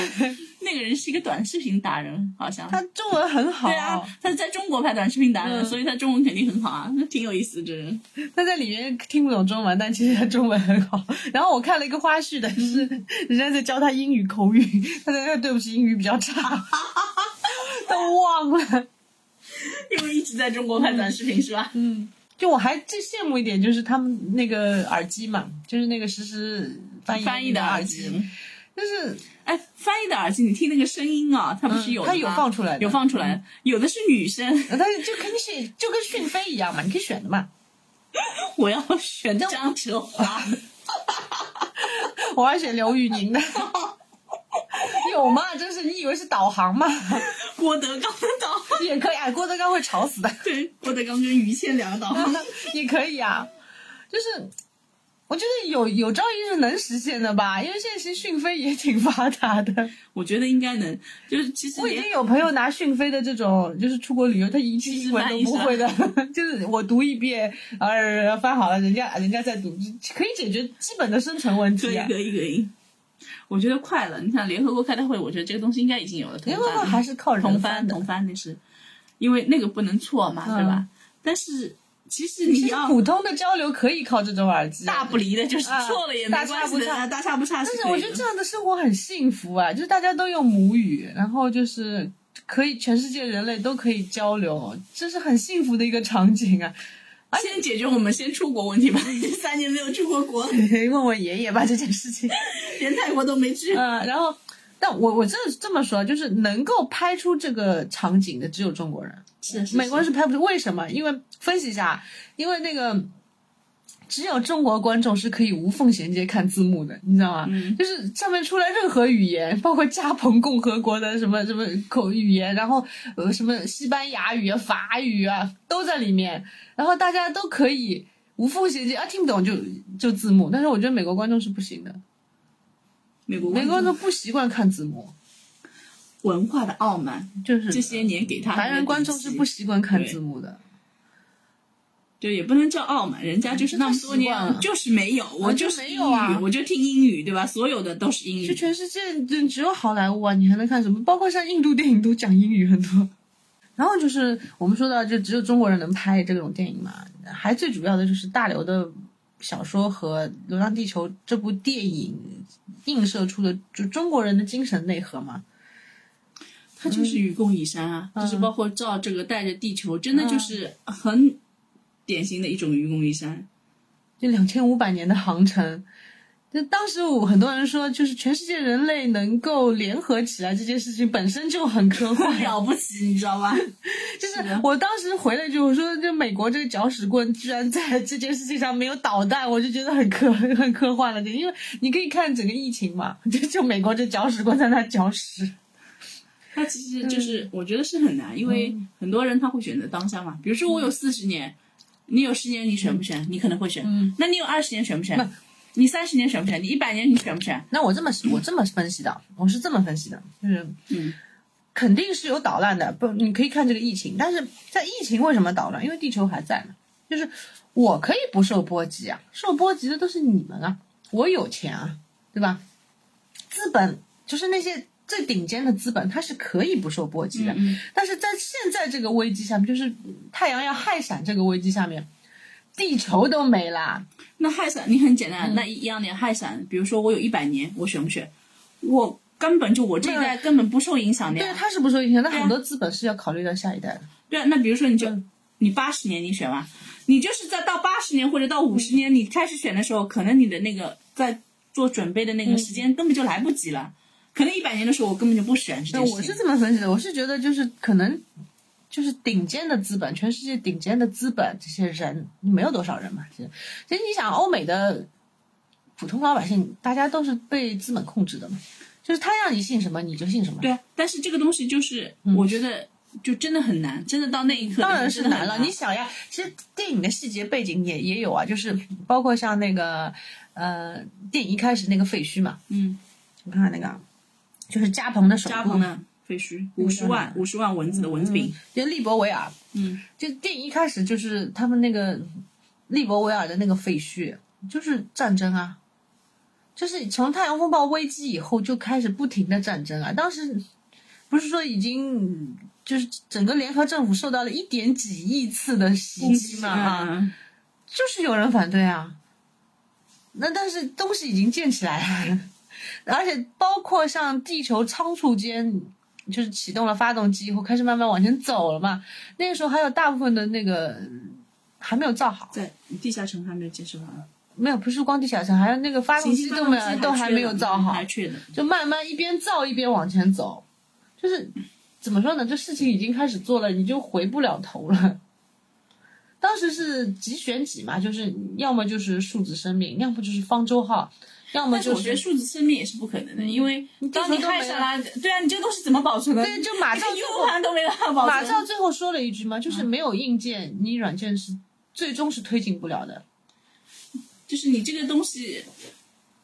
那个人是一个短视频达人，好像。
嗯 [laughs] 他中文很好，
对啊，他在中国拍短视频达人，
嗯
所以他中文肯定很好啊，那挺有意思这人。
他在里面听不懂中文，但其实他中文很好。然后我看了一个花
嗯
[laughs] 絮的是，人家在教他英语口语，他在那对不起，英语比较差。都忘了。
因为一直在中国拍短视频是吧？
嗯，就我还最羡慕一点就是他们那个耳机嘛，就是那个实时翻译
翻译
的
的耳
机，
机，
就是
哎，翻译的耳机，你听那个声音啊，它不是
嗯
有的
它
吗
有放出来的嗯
有放出来的，有的是女生，
但是就肯定是就跟讯飞一样嘛，你可以选的嘛。
我要选张哲
[laughs]
华，
我还选刘宇宁的， [laughs] 有吗？真是你以为是导航吗？
郭德纲的导，
[laughs] 也可以啊，郭德纲会吵死的。
[laughs] 对，郭德纲跟于谦两个
[laughs]
导，
也可以啊，就是我觉得有有朝一日能实现的吧，因为现在其实讯飞也挺发达
[laughs]
的。
我觉得应该能，就是其实
我已
连
经有朋友拿讯飞的这种，就是出国旅游，他一句英文都不
[laughs]
会的，就是我读一遍，呃，翻好了，人家人家再读，可以解决基本的生存问
可
题、
以
啊。
可以可以，我觉得快了。你看联合国开大会，我觉得这个东西应该已经有了。
因
同
为
翻
还是靠人
同
翻
翻
的
同，翻那是，因为那个不能错
嗯
嘛，对吧？但是其实你
其实
要
普通的交流可以靠这种耳机。
大不离的，就是
啊
错了也没
大差
关系
不
的，
差
啊大差不差是
但
可以的。
是我觉得这样的生活很幸福啊，就是大家都用母语，然后就是可以全世界人类都可以交流，这是很幸福的一个场景啊。
先解决我们先出国问题吧，已经三年没有出过国了，
[laughs] 问问爷爷吧这件 [laughs] 事情。
[laughs] 连泰国都没去。
嗯，然后，但我我这这么说，就是能够拍出这个场景的只有中国人，
是
美国人是拍不出。为什么？因为分析一下，因为那个只有中国观众是可以无缝衔接看字幕的，你知道吗？
嗯
就是上面出来任何语言，包括加蓬共和国的什么什么口语言，然后呃什么西班牙语啊、法语啊都在里面，然后大家都可以无缝衔接啊，听不懂就就字幕。但是我觉得美国观众是不行的，
美国
美国观众不习惯看字幕，
文化的傲慢，
就是
这些年给他
嗯白人观众是不习惯看字幕的。
对，也不能叫傲慢，人家就是那么多
嗯习惯
年
了
就是没有，我
就是没
英
有啊
语，我就听英语，对吧？所有的都是英
就
语。
全世界就只有好莱坞啊，你还能看什么？包括像印度电影都讲英语很多。然后就是我们说到，就只有中国人能拍这种电影嘛，还最主要的就是大刘的小说和《流浪地球》这部电影映射出的就中国人的精神内核嘛。
它就是愚公移山啊，
嗯
就是包括照这个带着地球，真的就是很典型的一种愚公移
[laughs]
山。
就两千五百年的航程。就当时我很多人说，就是全世界人类能够联合起来这件事情本身就很 [laughs] 科幻，
了不起，你知道 [laughs] 吧？
[laughs] 就是我当时回了一句，我说这美国这个搅屎棍居然在这件事情上没有导弹，我就觉得很科 [laughs] 很科幻了，就因为你可以看整个疫情嘛，就就美国这搅屎棍在那搅屎，
它其
嗯
实就是，我觉得是很难，因为很多人他会选择当下嘛。比如说我有四十年，你有十年你选不选？你可能会选。
嗯
那你有二十年选不选？你三十年选不选？你一百年你选不选？
那我这么我这么分析的，我是这么分析的，就是
嗯，
肯定是有捣乱的，不，你可以看这个疫情，但是在疫情为什么捣乱？因为地球还在嘛，就是我可以不受波及啊，受波及的都是你们啊，我有钱啊，对吧？资本就是那些最顶尖的资本，它是可以不受波及的，
嗯嗯
但是在现在这个危机下面，就是太阳要害闪这个危机下面，地球都没啊啦，
那氦闪你很简
嗯
单，那一样点氦闪，比如说我有一百年，我选不选？我根本就我这一代根本不受影响的
对，啊
呀。
它是不受影响，但
啊
很多资本是要考虑到下一代的。
对啊，那比如说你就
嗯
你八十年你选吧，你就是在到八十年或者到五十年你开始选的时候，可能你的那个在做准备的
嗯
那个时间根本就来不及了。可能一百年的时候，我根本就不选这
那
件事
我是
情。
这么分析的，我是觉得就是可能就是顶尖的资本，全世界顶尖的资本，这些人没有多少人嘛。其实，其实你想，欧美的普通老百姓，大家都是被资本控制的嘛，就是他让你信什么你就信什么。
对啊，但是这个东西就是，我觉得就真的很难，真的到那一刻
嗯当然
真
是
的很
难了。你想呀，其实电影的细节背景也也有啊，就是包括像那个呃，电影一开始那个废墟嘛，
嗯，
我看看那个啊，就是加蓬的手
加
部
蓬呢，废墟五十万五十万蚊子的蚊子
嗯
饼，，
就利伯维尔，
嗯，
就电影一开始就是他们那个利伯维尔的那个废墟，就是战争啊，就是从太阳风暴危机以后就开始不停的战争啊。当时不是说已经就是整个联合政府受到了一点几亿次的袭击嘛啊，
嗯
就是有人反对啊。那但是东西已经建起来了，而且包括像地球仓促间就是启动了发动机以后，开始慢慢往前走了嘛。那个时候还有大部分的那个还没有造好，
在地下城还没有建设完，
没有不是光地下城，还有那个发动
信息
机
发
都
动
没
机
有
还
都还
缺
没有
的
造
嗯
好
还，缺的。
就慢慢一边造一边往前走，就是怎么说呢？这事情已经开始做了，你就回不了头了。当时是几选几嘛，就是要么就是数字生命，要么就是方舟号，要么
但是
就
我觉得
是嗯
数字生命也是不可能的，因为
地
当
球
你
都
害
没
上
了
来，对啊，你这个东西怎么保存的？
对，就马
你
照
看
最
U
后
盘都没办法保
马
存。
照最后说了一句嘛，就是没有硬件，你软件是最终是推进不了的。
就是你这个东西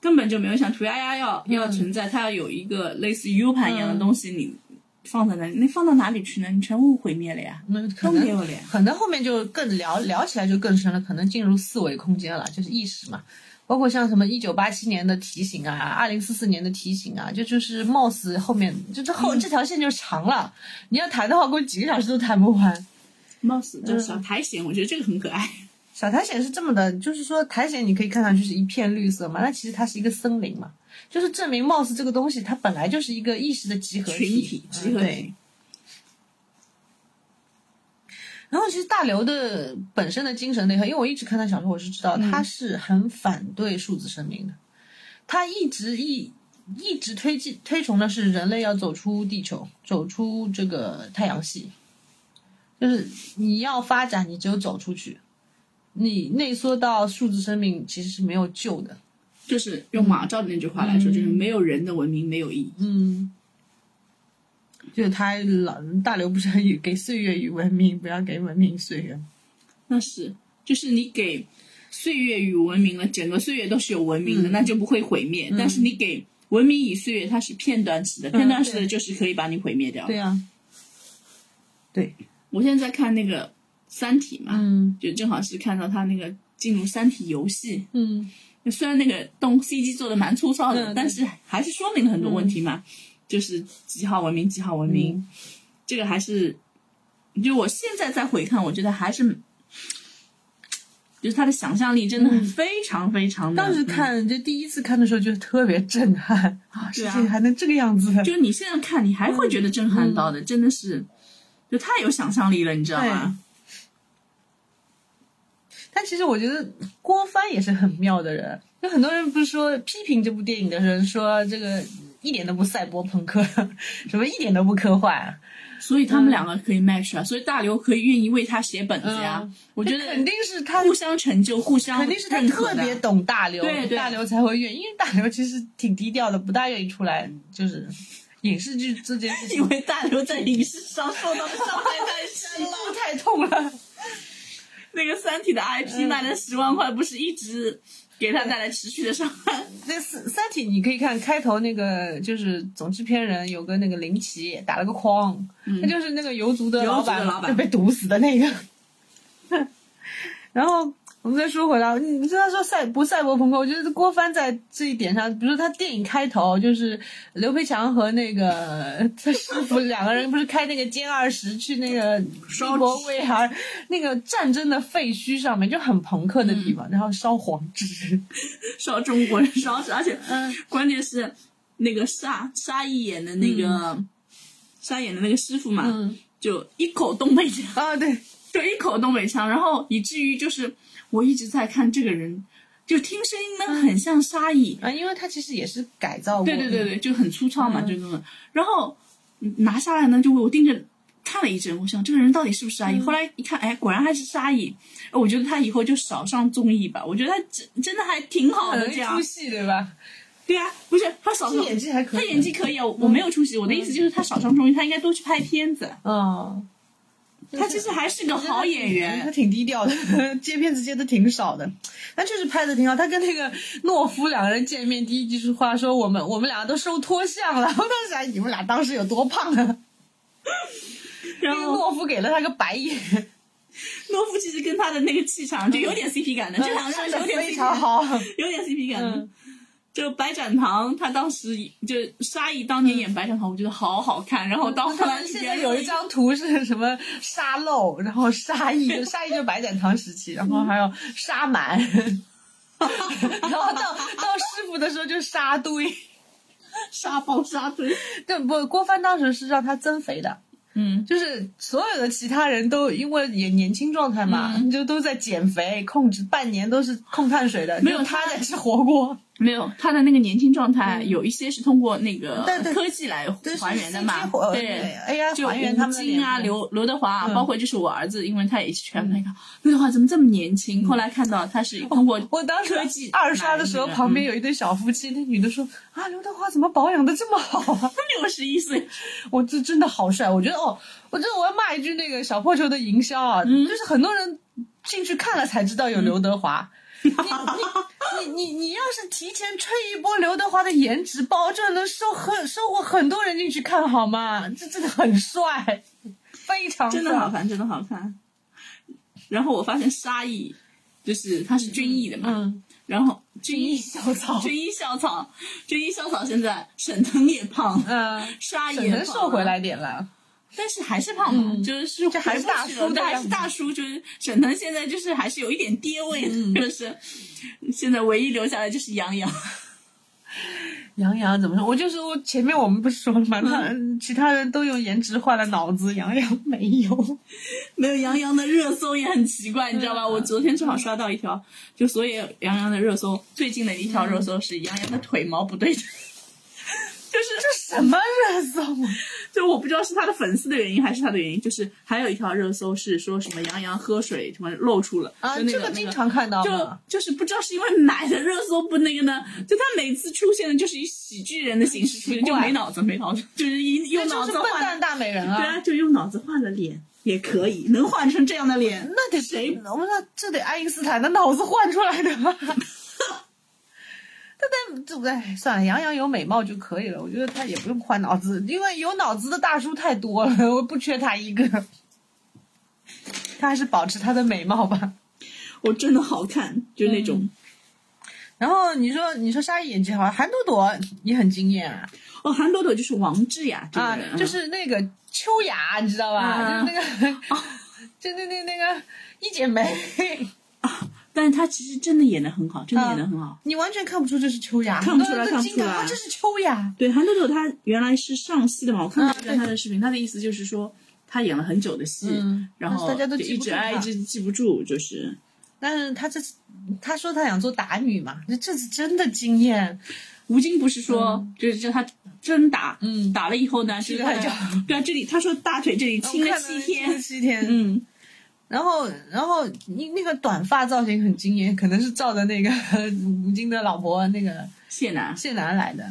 根本就没有想涂鸦鸦
嗯
要要存在，它要有一个类似 U 盘一样的东西，你放在那里，那放到哪里去呢？你全部毁灭了呀，
那可
都没
能
有了呀。
可能后面就更聊聊起来就更深了，可能进入四维空间了，就是意识嘛。包括像什么一九八七年的提醒啊，二零四四年的提醒啊，这就是貌似后面就这
嗯
后、这条线就长了，你要谈的话，估计几个小时都谈不完。
貌似叫小苔藓，我觉得这个很可爱。
小苔藓是这么的，就是说苔藓你可以看上去是一片绿色嘛，那其实它是一个森林嘛，就是证明貌似这个东西它本来就是一个意识的集合
群体
体
集合
嗯对
体，
然后其实大刘的本身的精神内核，因为我一直看他小说，我是知道他是很反对数字生命的，他一直一一直推进推崇的是人类要走出地球，走出这个太阳系，就是你要发展，你只有走出去，你内缩到数字生命其实是没有救的。
就是用马照的那句话来说，就是没有人的文明没有意义。
嗯，就是他老大刘不是很给岁月与文明，不要给文明岁月。
那是，就是你给岁月与文明了，整个岁月都是有文明
嗯
的，那就不会毁灭。但是你给文明与岁月，它是片段式的，片段式的
嗯对
就是可以把你毁灭掉。
对啊呀、对，
我现在在看那个《三体》嘛，
嗯
就正好是看到他那个进入《三体》游戏，
嗯。
虽然那个动 CG 做的蛮粗糙的，
嗯
但是还是说明了很多问题嘛，就是几号文明，几号文明，
嗯
这个还是，就我现在再回看，我觉得还是。就是他的想象力真的非常非常的，
嗯当时看就第一次看的时候，就特别震撼啊！事
对啊
情还能这个样子，
就你现在看，你还会觉得震
嗯
撼到的，真的是，就太有想象力了，你知道吗？
但其实我觉得郭帆也是很妙的人。有很多人不是说批评这部电影的人说这个一点都不赛博朋克， [laughs] 什么一点都不科幻，
所以他
嗯
们两个可以 match 啊，所以大刘可以愿意为他写本子呀、
嗯
我觉得
肯定是他，
互相成就，互相
肯定是他
认可
特
的
别懂大刘，
对对
大刘才会愿意，因为大刘其实挺低调的，不大愿意出来，就是影视剧这件事情
因为大刘在影视上受到的伤害太深了。
路太痛了。
[laughs] 那个《三体》的 IP 卖了十万块，不是一直给他带来持续的伤害？
那三三体你可以看开头那个，就是总制片人有个那个林奇打了个框，他就是那个游族的老
嗯游
板，
族的老板
就被毒死
[laughs]
的那个。然后我们再说回来，你跟他说赛不赛博朋克，我觉得郭帆在这一点上，比如他电影开头就是刘培强和那个 [laughs] 他师傅两个人不是开那个歼二十去那个英国威尔那个战争的废墟上面，就很朋克的地
嗯
方，然后烧黄纸，
烧中国人烧死，而且关键是那个沙沙溢演的那个沙演的那个师傅嘛，
嗯
就一口东北腔，
啊对。
就一口东北腔，然后以至于就是我一直在看这个人，就听声音呢很像沙溢，
啊，因为它其实也是改造过，
对对对，对，就很粗糙嘛，
嗯
就那种。然后嗯拿下来呢，就我盯着看了一阵，我想这个人到底是不是
嗯
沙溢？后来一看，哎，果然还是沙溢。呃我觉得他以后就少上综艺吧，我觉得他真真的还挺好
很
的，
容
这
易
样
出。戏，对吧？
对啊，不是他少
这
上
演技还可以，
他演技可以啊，我我没有出息。我的意思就是他少上综艺，他应该多去拍片子。
嗯，
他其实还是个好演
他 [laughs]
员，
挺低调的， [laughs] 接片子接的挺少的，但确实拍的挺好。他跟那个懦夫两个人见面，第一句话说我们我们俩都收脱相了，我当时想你们俩当时有多胖
嗯
啊？
然
那个
后
懦夫给了他个白眼，
诺夫其实跟他的那个气场就有点 CP 感的，这两个
唱
人
的
有点 CP
嗯非
感
常好，
有点 CP 感的。
嗯
就白展堂，他当时就沙溢当年演白展堂，我觉得好好看。然后到后
他
来
们现在有一张图是什么沙漏，然后沙溢，
[laughs]
就沙溢就白展堂时期，然后还有沙 [laughs] 满，然后到到师傅的时候就沙堆，
沙包沙堆，
对不？郭帆当时是让他增肥的，
嗯，
就是所有的其他人都因为也年轻状态嘛，
嗯
就都在减肥控制，半年都是控碳水的，
没有
就他
他
在吃火锅，
没有他的那个年轻状态，
嗯
有一些是通过那个
对对
科技来还原的嘛，对。
，AI
就
还原他
吴
们的
京
脸
啊，
部
刘刘德华啊，
嗯
包括就是我儿子，因为他也去全看，刘德华怎么这么年轻？后来看到他是通过
我当时
科技
二刷的时候，
来源
旁边有一对小夫妻，那女的说：“啊，刘德华怎么保养的这么好啊？ [laughs]
六十一岁，
我这真的好帅！”我觉得哦，我真的我要骂一句那个小破球的营销啊，
嗯
就是很多人进去看了才知道有刘德华。
嗯
你你你你你要是提前吹一波刘德华的颜值，保证能收很收获很多人进去看，好吗？这真的很帅，非常帅
真的好看，真的好看。然后我发现沙溢，就是他是军艺的嘛，
嗯，
然后军艺
小草，
军医校草，军医校草现在沈腾也胖，
嗯，
沙
沈
也
腾
胖
瘦回，来点了。
但是还是胖嘛，
嗯
就是
这还是大叔的
对，还
样
是
子
大叔，就是沈腾现在就是还是有一点爹味，
嗯
就是现在唯一留下来就是杨洋，
杨洋怎么说？我就说前面我们不是说了吗？他
嗯
其他人都用颜值换了脑子，杨洋没有。 [laughs]
没有杨洋的热搜也很奇怪，你知道
嗯
吧？我昨天正好刷到一条，就所有杨洋的热搜，最近的一
嗯
条热搜是杨洋的腿毛不对称。就是
什么热搜？
就我不知道是他的粉丝的原因还是他的原因，就是还有一条热搜是说什么杨洋喝水什么露出了
啊，
就那
这
个
个经常看到
那个
嘛。
就就是不知道是因为奶的热搜不那个呢，就他每次出现的就是以喜剧人的形式出现，
奇
就
怪
没脑子没脑子，就是以
那
用
就
脑
是
子
笨
换
蛋
了，
大美人
对
啊
啊，！就用脑子换了脸也可以，能换成这样的脸，
那得
谁
我们说这得爱因斯坦的脑子换出来的吧？ [laughs] 但但这哎，算了，杨洋有美貌就可以了。我觉得他也不用换脑子，因为有脑子的大叔太多了，我不缺他一个。 [laughs] 他还是保持他的美貌吧。
我真的好看，就那
嗯
种、
然后你说你说沙溢演技好，韩朵朵也很惊艳啊
哦，韩朵朵就是王志雅这
啊
个人，，
就是那个秋雅，你知道吧？
嗯啊
就是
[laughs]
那个，就那那那个一剪梅，
[laughs] 但是她其实真的演的很好，真的
啊
演的很好。
你完全看不出这是秋雅，
看不出来
很多人都惊
看不出
讶
来
啊这是秋雅。
对，韩豆豆她原来是上戏的嘛，我看过
嗯
一段她的视频，她的意思就是说她演了很久的戏，
嗯
然
但是
后
大家都
就
记
一
不
直
住
哎一
她
直记不住，就是
但是他这次他说他想做打女嘛，这这是真的惊艳。
吴京不是说、就是叫他真打，
嗯
打了以后呢，是
踢
他
了一脚
的 [laughs] 对啊，这里他说大腿这里青
我
了
看
七
亲了
天，
七天。
嗯，
然后，然后你那个短发造型很惊艳，可能是照着那个吴京的老婆那个
谢楠。
谢楠来的，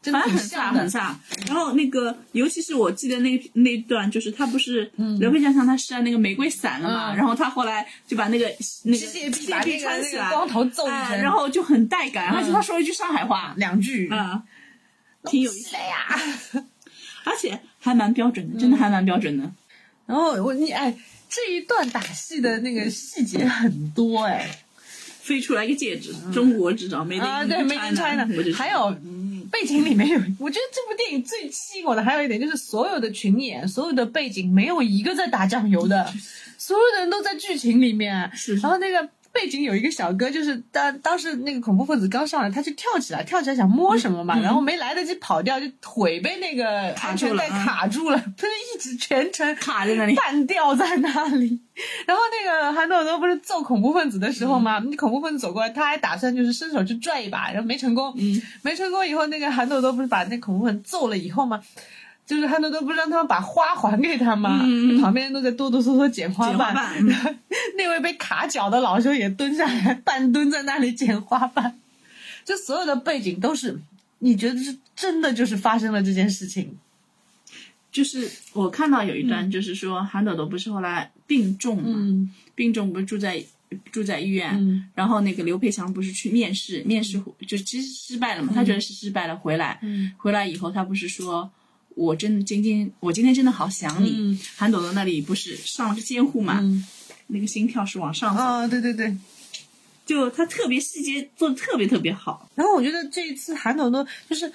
真的
反正
挺
很飒
像的
很。飒，然后那个，尤其是我记得那那段，就是他不是刘佩强向他扇那个玫瑰伞了嘛，
嗯
然后他后来就把那个那个
机械臂把那个
穿
那
起
个
来，
光头揍一
哎
拳，
然后就很带感，而且
嗯
他说了一句上海话，
两句，
啊，挺有意思
的，呀。 [laughs]
而且还蛮标准的，真的还蛮标准的。
然后我你哎，这一段打戏的那个细节很多哎，
飞出来一个戒指，中国制造，Made in
嗯啊对，Made in
China，我就
China，
是
还有背景里面有，我觉得这部电影最吸引我的还有一点就是所有的群演、所有的背景没有一个在打酱油的， [laughs] 所有的人都在剧情里面，
是
然后那个。背景有一个小哥，就是当当时那个恐怖分子刚上来，他就跳起来，跳起来想摸什么嘛，然后没来得及跑掉，就腿被那个
卡
安
住
全
了
带
嗯
卡住了， [laughs] 他就一直全程
卡在那里。
半吊在那里。 [laughs] 然后那个韩朵朵不是揍恐怖分子的时候嘛，
嗯
那恐怖分子走过来，他还打算就是伸手去拽一把，然后没成功。
嗯，
没成功以后，那个韩朵朵不是把那恐怖分子揍了以后嘛，就是韩朵朵不是让他们把花还给他嘛，
嗯
旁边人都在哆哆嗦嗦捡花
剪花
瓣。
瓣，嗯
[laughs] 那位被卡脚的老兄也蹲下来，半蹲在那里捡花瓣。就所有的背景都是，你觉得是真的就是发生了这件事情。
就是我看到有一段，就是说韩朵朵不是后来病重嘛，
嗯
病重不是住在住在医院，
嗯
然后那个刘培强不是去面试，面试就其实失败了嘛，他觉得是失败了，回来，
嗯
回来以后他不是说。我真的今天，我今天真的好想你。
嗯
韩朵朵那里不是上了个监护嘛，
嗯，
那个心跳是往上走，
哦，对对对，
就他特别细节做的特别特别好。
然后我觉得这一次韩朵朵就是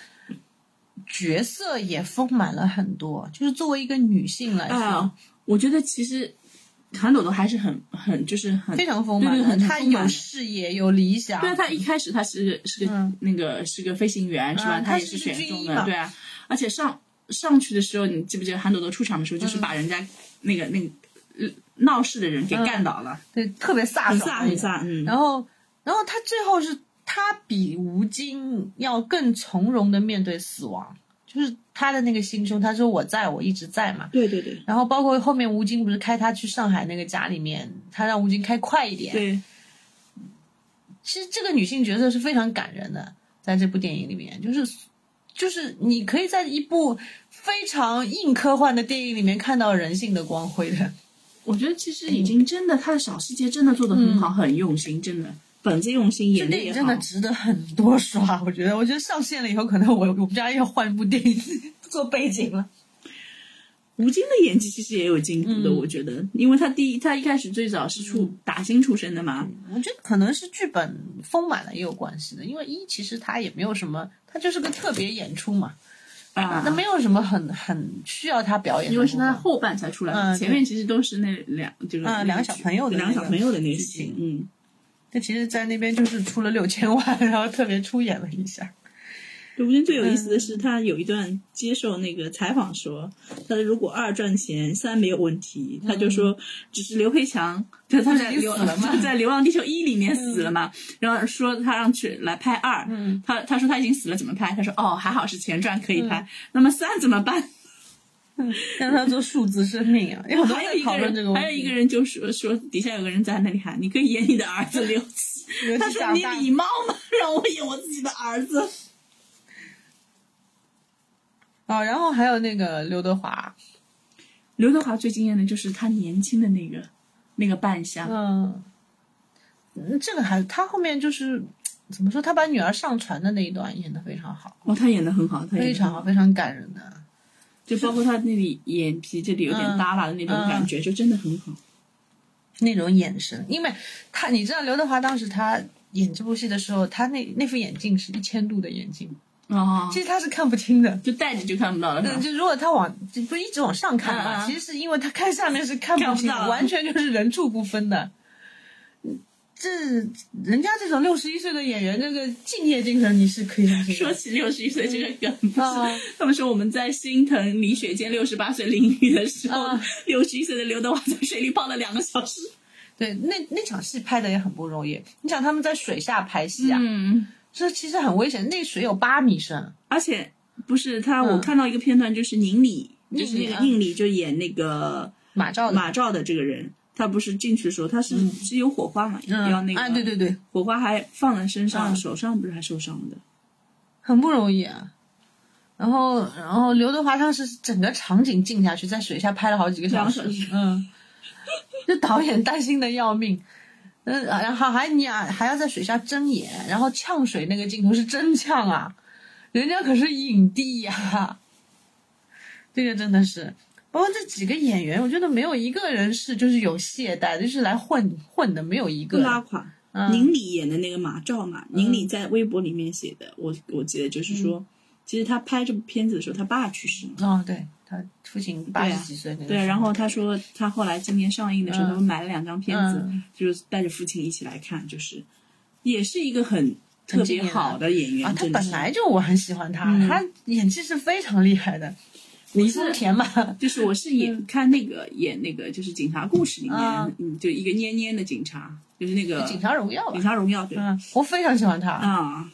角色
嗯
也丰满了很多，就是作为一个女性来说，
啊我觉得其实韩斗斗还是很很就是很
非常丰
对
满
对，
的，
很
他
丰满
有
的
事业，有理想。
对啊，他一开始他是是个、
嗯
那个是个飞行员是吧？
嗯
他
他
也
是
选
军
中
医
的，
嘛
对啊。而且上上去的时候，你记不记得韩朵朵出场的时候，
嗯
就是把人家那个那个呃闹事的人给
嗯
干倒了，
对，特别飒
很
爽，
飒很。飒，嗯。
然后，然后他最后是他比吴京要更从容的面对死亡，就是他的那个心胸，他说我在我一直在嘛。
对对对
然后包括后面吴京不是开他去上海那个家里面，他让吴京开快一点。
对，
其实这个女性角色是非常感人的，在这部电影里面，就是就是你可以在一部非常硬科幻的电影里面看到人性的光辉的。
我觉得其实已经真的他的小细节真的做得很好，
嗯
很用心，真的本子用心，
这
演的
电影
也
真
好
的。值得很多刷，我觉得，我觉得上线了以后，可能我我们家要换一部电影做背景了。
吴京的演技其实也有进步的，
嗯
我觉得，因为他第一他一开始最早是出打星出身的嘛，
我觉得可能是剧本丰满了也有关系的，因为一其实它也没有什么，它就是个特别演出嘛，
啊，
嗯那没有什么很很需要他表演的部分，
因为是他后半才出来，
嗯
前面其实都是那两就是那
两个小朋友的
两个
那
小
个
朋友的那个
剧情
戏，嗯，
他其实，在那边就是出了六千万，然后特别出演了一下。
对，吴京最有意思
嗯
的是，他有一段接受那个采访说，他如果二赚钱，三没有问题。他就说，只是刘培强，就他在
已经
流
嗯死了嗯嘛
就 [laughs] 在《流浪地球一》里面死了嘛，然后说他让去来拍二，
嗯
他他说他已经死了，怎么拍？他说哦，还好是钱赚可以拍，
嗯
那么三怎么办？
[laughs] 让他做数字生命啊，有很多
还有一
人
个
讨论这个
人，
问题。
还有一个人就说说底下有个人在那里喊，你可以演你的儿子刘琦，
尤
他
其
说
长
你
大
礼貌吗？让我演我自己的儿子。
啊、然后还有那个刘德华，
刘德华最惊艳的就是他年轻的那个那个扮相，
嗯，嗯这个还他后面就是怎么说，他把女儿上船的那一段演的非常好，
哦，他演的很好，他演
非
得很
常好，，非常感人的。
就包括他那里眼皮这里有点耷拉的那种
嗯
感觉，就真的很好。
那种眼神，因为他你知道刘德华当时他演这部戏的时候，他那那副眼镜是一千度的眼镜，
哦，
其实他是看不清的。
就戴着就看不到了，是
嗯，
吧？
就如果他往就不是一直往上看
嗯嗯
嘛，其实是因为他看下面是看不
看不
清的，
到
完全就是人畜不分的。嗯这人家这种六十一岁的演员，这个敬业精神你是可以相信
说
的。
起六十一岁这个梗，不
啊
是他们说我们在心疼李雪健六十八岁淋雨的时候
啊，
六十一岁的刘德华在水里泡了两个小时。
对，那那场戏拍的也很不容易。你想他们在水下拍戏啊，
嗯，
这其实很危险，那水有八米深。
而且不是他，
嗯
我看到一个片段，就是宁理，
宁
就是
理
那个
啊
宁理就演那个
马照的
马照的这个人，他不是进去的时候，他是、是有火花嘛，
嗯
要那个、
啊，对对对，
火花还放在身上，
嗯
手上不是还受伤了的。
很不容易啊。然后，然后刘德华当时是整个场景静下去，在水下拍了好几个小时
两个小时，
嗯，就导演担心的要命。嗯，然后还你啊还要在水下睁眼，然后呛水那个镜头是真呛啊，人家可是影帝呀、这个真的是。包括这几个演员，我觉得没有一个人是就是有懈怠的，就是来混混的，没有一
不
个人。
拉垮。
嗯
宁理演的那个马照嘛，宁理在微博里面写的，我我记得就是说，
嗯
其实他拍这部片子的时候，他爸去世了。
哦，对他父亲八十几岁那个时候。
对，然后他说他后来今年上映的时候，
嗯
他们买了两张片子，
嗯
就是带着父亲一起来看，就是也是一个很
很
特别
敬业的
好的演员，
啊，他
真的
本
是
来就我很喜欢他，
嗯
他演技是非常厉害的。李
是
丰
[laughs]
田嘛，
就是我是演、看那个演那个就是《警察故事》里面，
嗯啊
嗯，就一个蔫蔫的警察，就是那个《
警察荣耀吧
警，察荣耀》对。
嗯，我非常喜欢他。
啊，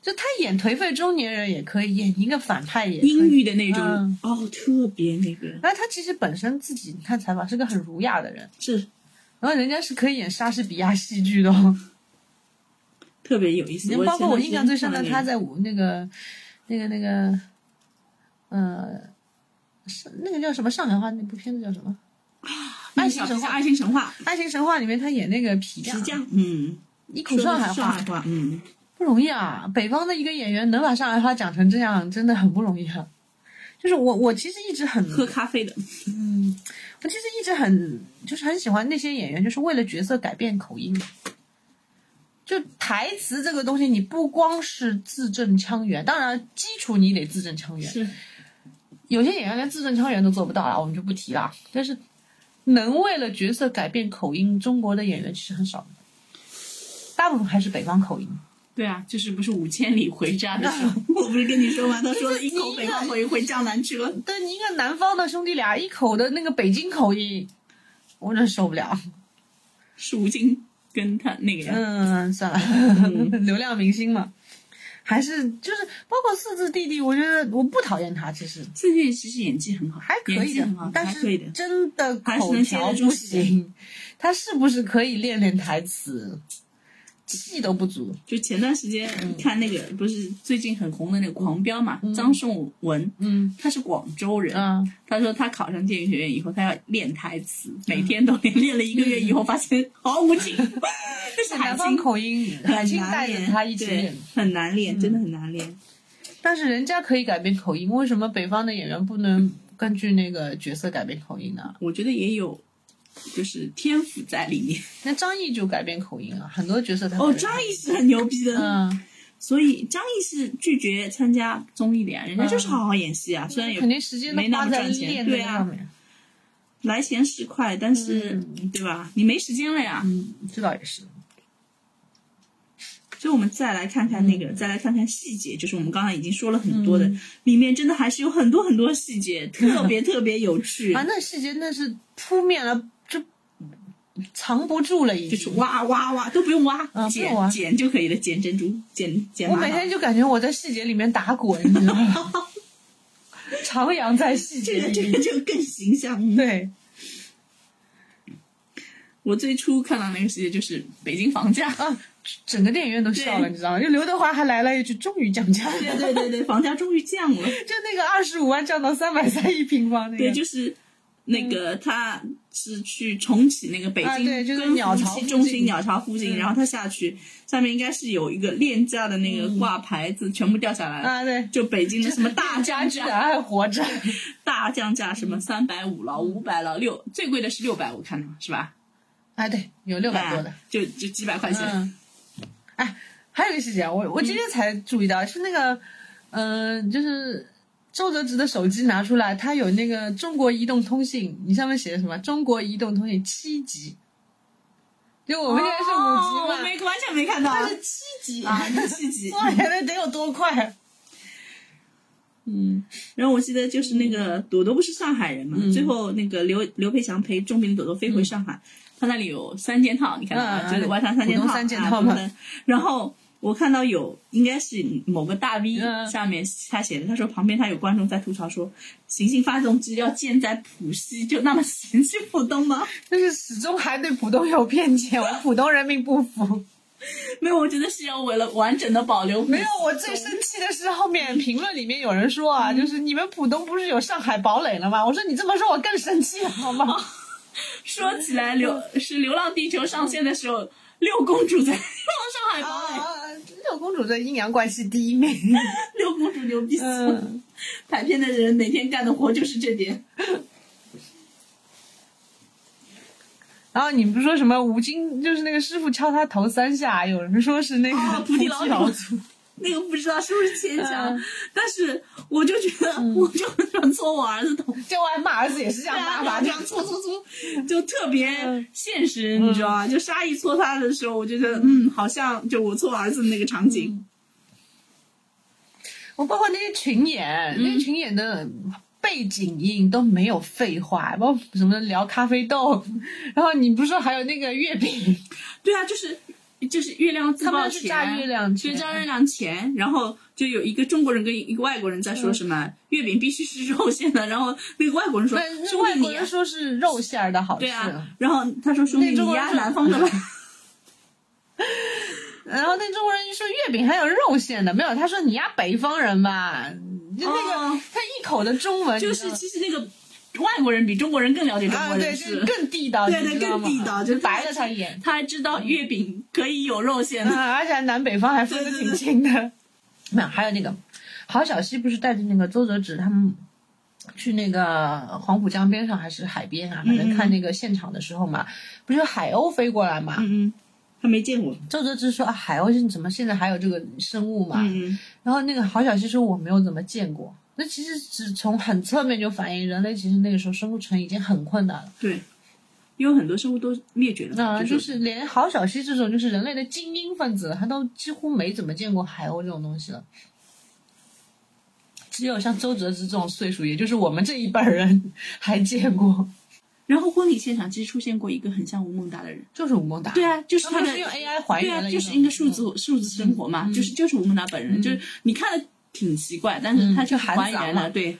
就他演颓废中年人也可以，演一个反派也可
阴
以。
郁的那种，
嗯
哦，特别那个，
那他其实本身自己，你看采访是个很儒雅的人，
是
然后人家是可以演莎士比亚戏剧
[laughs]
的、哦。
特别有意思。
包括我印象最深的，
前段时
他
间看了
在我那个、那个、那个，呃，是那个叫什么上海话那部片子叫什么？
那个嗯
爱情神
小
话
爱，情神话，
爱情神话里面他演那个皮
即
匠，
将，嗯，
一口上海
说的是上
话
海，话，嗯，
不容易啊！北方的一个演员能把上海话讲成这样，真的很不容易啊。就是我，我其实一直很，
喝咖啡的，
我其实一直很，就是很喜欢那些演员，就是为了角色改变口音。就台词这个东西，你不光是字正腔圆，当然基础你得字正腔圆。
是
啊有些演员连字正腔圆都做不到了，我们就不提了。但是能为了角色改变口音，中国的演员其实很少的，大部分还是北方口音。
对啊，就是不是五千里回家的时候，我不是跟你说吗？他说了一口
你嗯
北方口音回江南去了。
但你一个南方的兄弟俩，一口的那个北京口音，我真受不了。
是吴京跟他那个呀，
嗯，算了，
嗯
[laughs] 流量明星嘛，还是就是包括四字弟弟，我觉得我不讨厌他，其实
这剧其实演技很好，
还可
演
以
技
的
很好，，
但
还可以
是
的。
真的
还是
口
能接得
条
住
不行。他是不是可以练练台词？气都不足。
就前段时间
嗯
看那个，不是最近很红的那个《狂飙》嘛，张颂文，
嗯
他是广州人，
嗯，
他说他考上电影学院以后，他要练台词，每天都练，练了一个月以后，发
嗯
现毫无进
[laughs]
步。这是海
南
清
方口音，
[laughs]
海
很
清
难
带着
练，
他一起
对
练。嗯
很难练，真的很难练。
但是人家可以改变口音，为什么北方的演员不
嗯
能根据那个角色改变口音呢？
我觉得也有，就是天赋在里面。
那张译就改变口音了，很多角色他
哦，
改变
张译是很牛逼的，
嗯，
所以张译是拒绝参加综艺的呀，人家就是好好演戏
嗯
啊，虽然也
肯定时间都
没那
花
么
在
赚钱
练
对
那
啊
上面。
来钱是快，但是、对吧？你没时间了呀，
嗯，这倒也是。
所以我们再来看看那
嗯
个，再来看看细节，就是我们刚才已经说了很多的，里面真的还是有很多很多细节，特别特别有
[laughs]
趣
啊，，那细节那是扑面了，就藏不住了，已
就是
经。
挖挖挖都不用挖，
啊不
剪
用挖
剪就可以了，剪珍珠，剪剪
我
玛
每
瑙。
天就感觉我在细节里面打滚，你知道吗？ [laughs] 徜徉在细
这
节
个
里
这
面。
个就更形象。
对，
我最初看到那个细节就是北京房
[laughs]
价，
啊，整个电影院都笑了，
对
你知道吗？就刘德华还来了一句：“终于降价了。”
对对对对，房价终于降了。
[laughs] 就那个二十五万降到三百三一平方那个，
对，就是那个他是去重启那个北
嗯啊
京
对就是
跟
鸟巢
夫
附
妻中
近嗯
心鸟巢附近，然后他下去下面应该是有一个廉价的那个挂牌子，全部掉下来了。
嗯啊对，
就北京的什么大
家
降
[laughs] 居
价，
然还活着，
大降价什么
嗯
三百五了、五百了、六最贵的是六百，我看到是吧？
啊对，有六百多的
哎，就就几百块钱。
嗯，哎，还有一个细节啊，我我今天才注意到，是那个，嗯、就是。周泽直的手机拿出来，它有那个中国移动通信，你上面写的什么？中国移动通信七级，就我们现在是
哦我
五级嘛，
没完全没看到啊
它是七级 [laughs]
啊，第七集。
哇，原来得有多快？啊嗯，
然后我记得就是那个朵朵不是上海人嘛，最后那个刘刘培强陪钟明朵朵飞回上海，他那里有三件套，你看到
嗯
吗？
嗯
就是晚上三件
浦
套，
东三件
啊
套嘛
浦东的然后我看到有应该是某个大 V
嗯
下面他写的，他说旁边他有观众在吐槽说，行星发动机要建在浦西，就那么嫌弃浦东吗？ [laughs]
就是始终还对浦东有偏见，我浦东人民不服。
没有，我觉得是要为了完整的保留。
没有，我最生气的是后面评论里面有人说啊，就是你们浦东不是有上海堡垒了吗？我说你这么说，我更生气了，好吗？
说起来流是《流浪地球》上线的时候，六公主在 [laughs] 上海堡垒，
啊，六公主这阴阳怪气第一名。
六公主牛逼死了。
嗯，
拍片的人每天干的活就是这点。
然后你不是说什么吴京就是那个师傅敲他头三下，有人说是那
啊
个
菩提老
哦 [laughs] 老
祖那个不知道是不是牵强，
嗯
但是我就觉得，我就很想搓我儿子头，
就我还骂儿子也是这样骂吧，
这
就
样搓搓搓，就特别
嗯
现实，你知道吧？就沙溢搓他的时候，我就觉得，嗯，好像就我搓儿子的那个场
嗯
景，
我包括那些群演，那些群演的背景音都没有废话，包括什么聊咖啡豆，然后你不是说还有那个月饼，
对啊，就是。就是月亮自
他
爆
们是
前，
炸月亮
对，
前
炸月亮前，然后就有一个中国人跟一个外国人在
嗯
说什么、月饼必须是肉馅的，然后那个外国人说
那
兄
外
弟
国
你啊
人说是肉馅儿的好吃，
对啊，然后他说兄弟
那中
你
国人
呀
说
南方的吧，
然后那中国人一说月饼还有肉馅的，没有，他说你呀北方人吧，就那个、
哦
他一口的中文，
就
你知
是
道吗
其实那个外国人比中国人更了解中
啊
国
对，
人，
就
[laughs]
是是更地道，
对
你
对
知道吗
更地道，就
白了他一眼，
他还知道月饼可以有肉馅的。
啊，而且还南北方还分得挺清的。没有，还有那个郝小溪不是带着那个周泽直他们去那个黄浦江边上还是海边
嗯
啊，反正看那个现场的时候嘛，不是有海鸥飞过来嘛？
嗯嗯，他没见过。
周泽直说啊，海鸥是怎么现在还有这个生物嘛？
嗯
然后那个郝小溪说我没有怎么见过。那其实只从很侧面就反映人类其实那个时候生存已经很困难了。
对，因为很多生物都灭绝了，
那
嗯就
就是连郝小西这种就是人类的精英分子，他都几乎没怎么见过海鸥这种东西了。只有像周哲之这种岁数，也就是我们这一辈儿人还见过，
然后婚礼现场其实出现过一个很像吴孟达的人，
就是吴孟达。
对啊，就是他
他们
的
是用 AI 还
对
原
啊，
了一，
就是一个数字数字生活嘛，就是就是吴孟达本人，就是你看的挺奇怪，但是他
嗯就
嗯就是
韩
还
杂
原
嘛
了，对，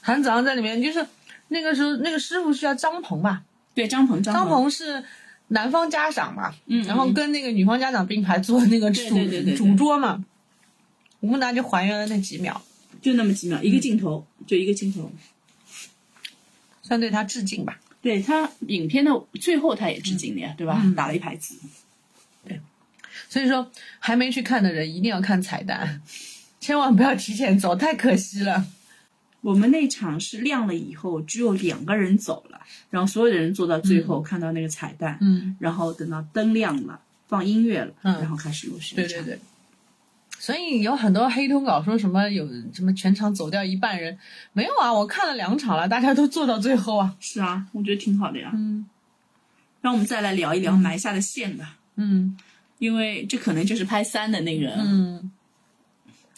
韩子昂在里面，就是那个时候那个师傅是叫张鹏吧？
对张鹏，张
张鹏是男方家长嘛，
嗯
然后跟那个女方家长并排坐那个
对
主
对对对
主桌嘛，吴孟达就还原了那几秒，
就那么几秒，一个镜头，就一个镜头。
算对他致敬吧。
对他影片的最后，他也致敬了呀，对吧？打了一排字，
所以说，还没去看的人一定要看彩蛋， [laughs] 千万不要提前走，太可惜了。
我们那场是亮了以后，只有两个人走了，然后所有的人坐到最后，看到那个彩蛋，
嗯，
然后等到灯亮了，放音乐了，
嗯
然后开始录视。
对对对。所以有很多黑通稿说什么有什么全场走掉一半人，没有啊，我看了两场了，大家都做到最后啊。
是啊，我觉得挺好的呀。
嗯
让我们再来聊一聊埋下的线吧，
嗯
因为这可能就是拍三的那个，
嗯，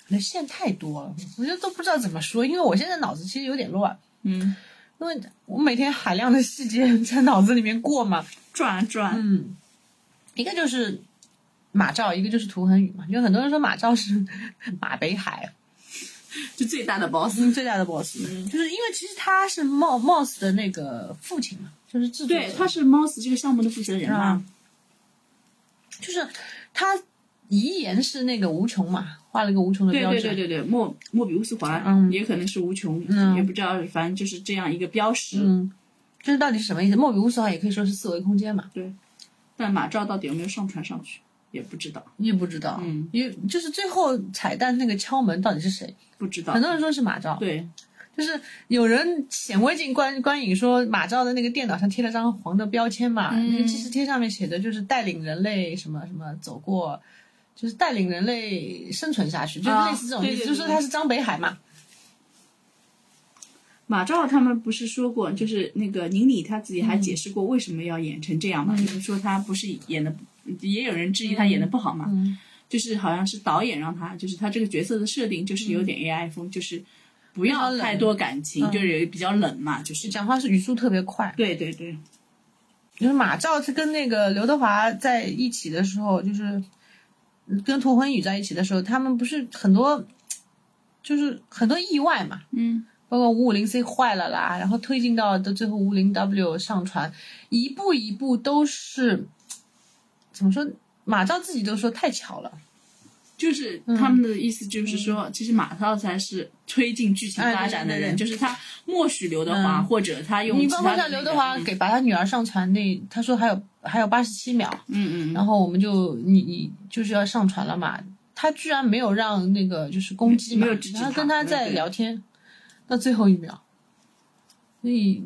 那线太多了，我觉得都不知道怎么说，因为我现在脑子其实有点乱，
嗯，
因为我每天海量的细节 [laughs] 在脑子里面过嘛。
转啊转，
嗯，一个就是马照，一个就是涂恒宇嘛。就很多人说马照是马北海
就最大的 boss。
最大的 boss，、就是
嗯
因为其实他是 Mo Moss 的那个父亲嘛，就是制作者
对，他是嗯 Moss 这个项目的负责人嘛
啊，就是他遗言是那个无穷嘛，画了个无穷的
对
标
对
志。
对对对，莫莫比乌斯环，
嗯
也可能是无穷，
嗯
也不知道，反正就是这样一个标识。
嗯，就是到底是什么意思？莫比乌斯号也可以说是四维空间嘛，
但马照到底有没有上传上去，也不知道，
也不知道，
嗯，
因为就是最后彩蛋那个敲门到底是谁？
不知道
很。多人说是马照，
啊对，
就是有人显微镜观观影说马照的那个电脑上贴了张黄的标签嘛，
嗯
那个记事贴上面写的就是带领人类什么什么走过，就是带领人类生存下去，就是
啊
类似这种意思，
对对对
就说他是张北海嘛，
马照他们不是说过，就是那个宁理他自己还解释过为什么要演成这样嘛，就是说他不是演的，也有人质疑他演的不好嘛，
嗯嗯
就是好像是导演让他，就是他这个角色的设定就是有点 AI 风，就是不
嗯较
要
冷嗯
太多感情，就是比较冷嘛，就是
讲话是语速特别快，
对对对，
就是马照是跟那个刘德华在一起的时候，就是跟涂恒宇在一起的时候，他们不是很多，就是很多意外嘛，
嗯，
包括五五零 C 坏了啦，然后推进到的最后五零 W 上传，一步一步都是怎么说？马照自己都说太巧了，嗯
就是他们的意思，就是说，其实马超才是推进剧情发展的人，
哎对对对
就是他默许刘德华，
嗯
或者他用
你
其
包
他
括
的
像刘德华
力量
给把他女儿上传那，他说还有还有八十七秒，
嗯嗯嗯，
然后我们就你你就是要上传了嘛，他居然没有让那个就是攻击嘛
没有制止，他
他跟他在聊天，到最后一秒，所以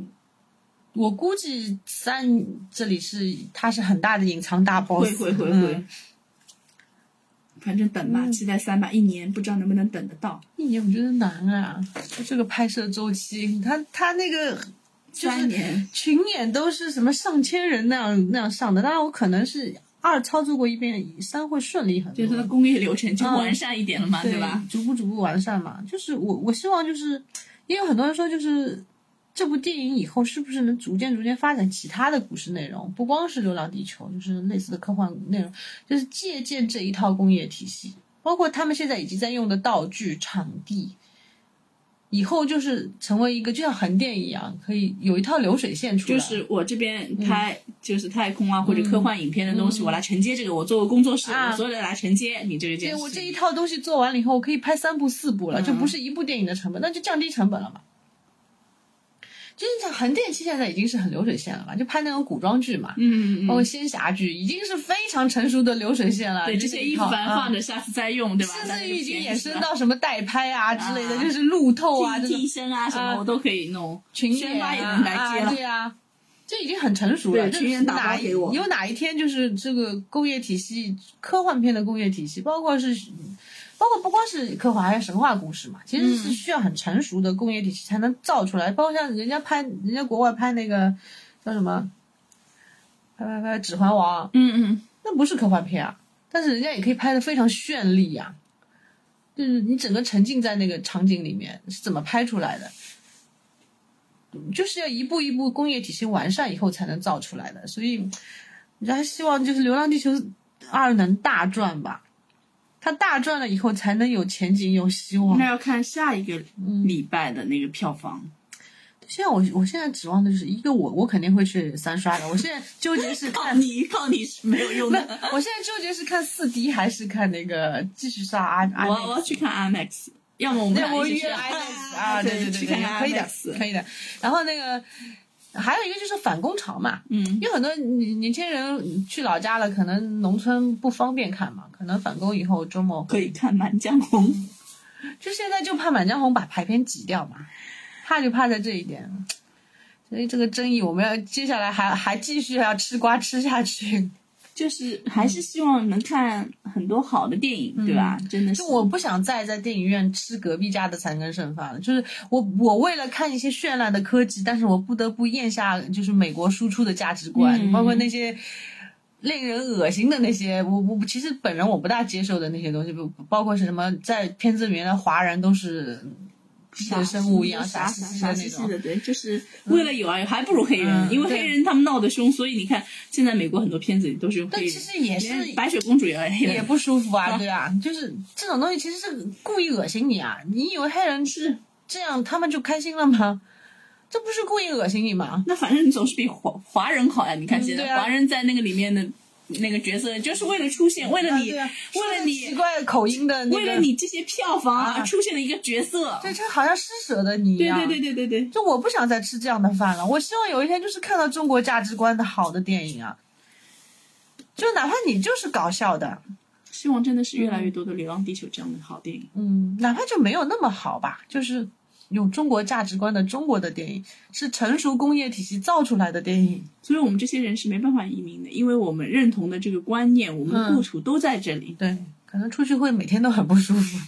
我估计三这里是他是很大的隐藏大 boss，
会会会
嗯
会，反正等吧，期待三吧，一年不知道能不能等得到。
一年我觉得难啊，就这个拍摄周期，他他那个就是嗯
三年，
群演都是什么上千人那样那样上的，当然我可能是二操作过一遍，三会顺利很多，
就是它的工业流程就
嗯
完善一点了嘛，对吧？？
逐步逐步完善嘛，就是我我希望就是，也有很多人说就是。呃这部电影以后是不是能逐渐逐渐发展其他的故事内容，不光是《流浪地球》，就是类似的科幻内容，就是借鉴这一套工业体系，包括他们现在已经在用的道具、场地，以后就是成为一个就像横店一样，可以有一套流水线出来。
就是我这边拍
嗯
就是太空啊或者科幻影片的东西，我来承接这个，我做个工作室，
啊
我所有的来承接你这个件
对
事。
我这一套东西做完了以后，我可以拍三部四部
嗯
了，就不是一部电影的成本，那就降低成本了嘛。就是像横店期现在已经是很流水线了嘛，就拍那种古装剧嘛，
嗯嗯嗯
包括，仙侠剧，已经是非常成熟的流水线了。
对，
就
这
是
些
一
衣服
套
反正放
啊
着，下次再用，对吧？
甚至于已经衍生
到。
到什么代拍啊之类的，
啊
就是路透啊
替
这种
替身啊什
啊
么，我都可以弄。
群
宣
演
发
啊
也能来接
啊
了。
对啊，这已经很成熟了。
对
这
群演打包
哪一
给我
有哪一天就是这个工业体系，科幻片的工业体系，包括是包括不光是科幻，还有神话故事嘛，其实是需要很成熟的工业体系才能造出来。包括像人家拍，人家国外拍那个叫什么，拍拍拍《指环王》，
嗯嗯，
那不是科幻片啊，但是人家也可以拍的非常绚丽呀、就是你整个沉浸在那个场景里面是怎么拍出来的，嗯就是要一步一步工业体系完善以后才能造出来的，所以你还希望就是《流浪地球二》能大赚吧，它大赚了以后才能有前景有希望
那。要看下一个礼拜的那个票房。
现在我我现在指望的就是一个我我肯定会去三刷的，我现在纠结是
靠
看
你，靠你是没有用
不是
的。
我现在纠结是看四 D 还是看那个继续上阿阿
我我要去看 IMAX，要么我们
那
俩
我
一起
约
去
IMAX 啊，对对
去
对
看
对，可以的
IMAX，
可以的。然后那个还有一个就是反工潮嘛，
嗯
因为很多年年轻人去老家了，可能农村不方便看嘛，可能返工以后周末会
可以看《满江红》。
就现在就怕《满江红》把排片挤掉嘛，怕就怕在这一点。所以这个争议，我们要接下来还还继续要吃瓜吃下去。
就是还
嗯
是希望能看很多好的电影，对吧？真的是
就我不想再在电影院吃隔壁家的残羹剩饭了。就是我，我为了看一些绚烂的科技，但是我不得不咽下就是美国输出的价值观，
嗯
包括那些令人恶心的那些，我我其实本人我不大接受的那些东西，不包括是什么在片子里面的华人都是
傻
的生物一样
傻傻
傻兮兮
傻
的
兮
那
兮
种。
的，对，就是为了有啊，还不如黑人，
嗯
因为
对
黑人他们闹得凶，所以你看现在美国很多片子里都是用
但
黑
其
人，
实也是
连白雪公主也黑
也
人，
不舒服
啊
啊，对啊，就是这种东西其实是故意恶心你啊！你以为黑人是这样，他们就开心了吗？这不是故意恶心你吗？
那反正总是比华华人好呀。你看现
嗯
在
对啊
华人在那个里面的那个角色，就是为了出现，为了你，
对啊
为了
奇
你，
怪口音的、那个，
为了，你这些票房而
啊
出现的一个角色。
对，这好像施舍的你一
对
样。
对对
对。
对对对。
就我不想再吃这样的饭了。我希望有一天就是看到中国价值观的好的电影啊，就哪怕你就是搞笑的，
希望真的是越来越多的《流浪地球》这样的好电影。
嗯，哪怕就没有那么好吧，就是有中国价值观的中国的电影，是成熟工业体系造出来的电影。
所以我们这些人是没办法移民的，因为我们认同的这个观念，我们的
嗯
故土都在这里，
对，可能出去会每天都很不舒服。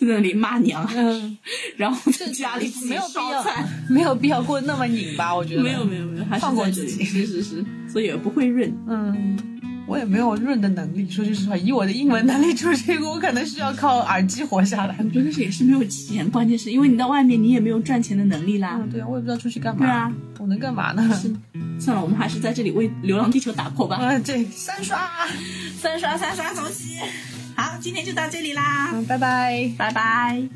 在那里骂娘，
嗯，
[laughs] 然后在家里自己
没有必
烧
要 [laughs]
菜。
没有必要过那么拧巴，我觉得
没有没有没有，还是
放过
在这里
自己
是是是，所以也不会润。
嗯，我也没有润的能力。说句实话，以我的英文能力出去，我可能需要靠耳机活下来。
我觉得这也是没有钱，关键是因为你到外面你也没有赚钱的能力啦。
嗯，对啊，我也不知道出去干嘛。
对，啊，
我能干嘛呢？ [laughs]
算了，我们还是在这里为《流浪地球》打 call 吧。
啊，对，三刷。
三刷三刷走起！好，今天就到这里啦，
嗯，拜拜。
拜拜。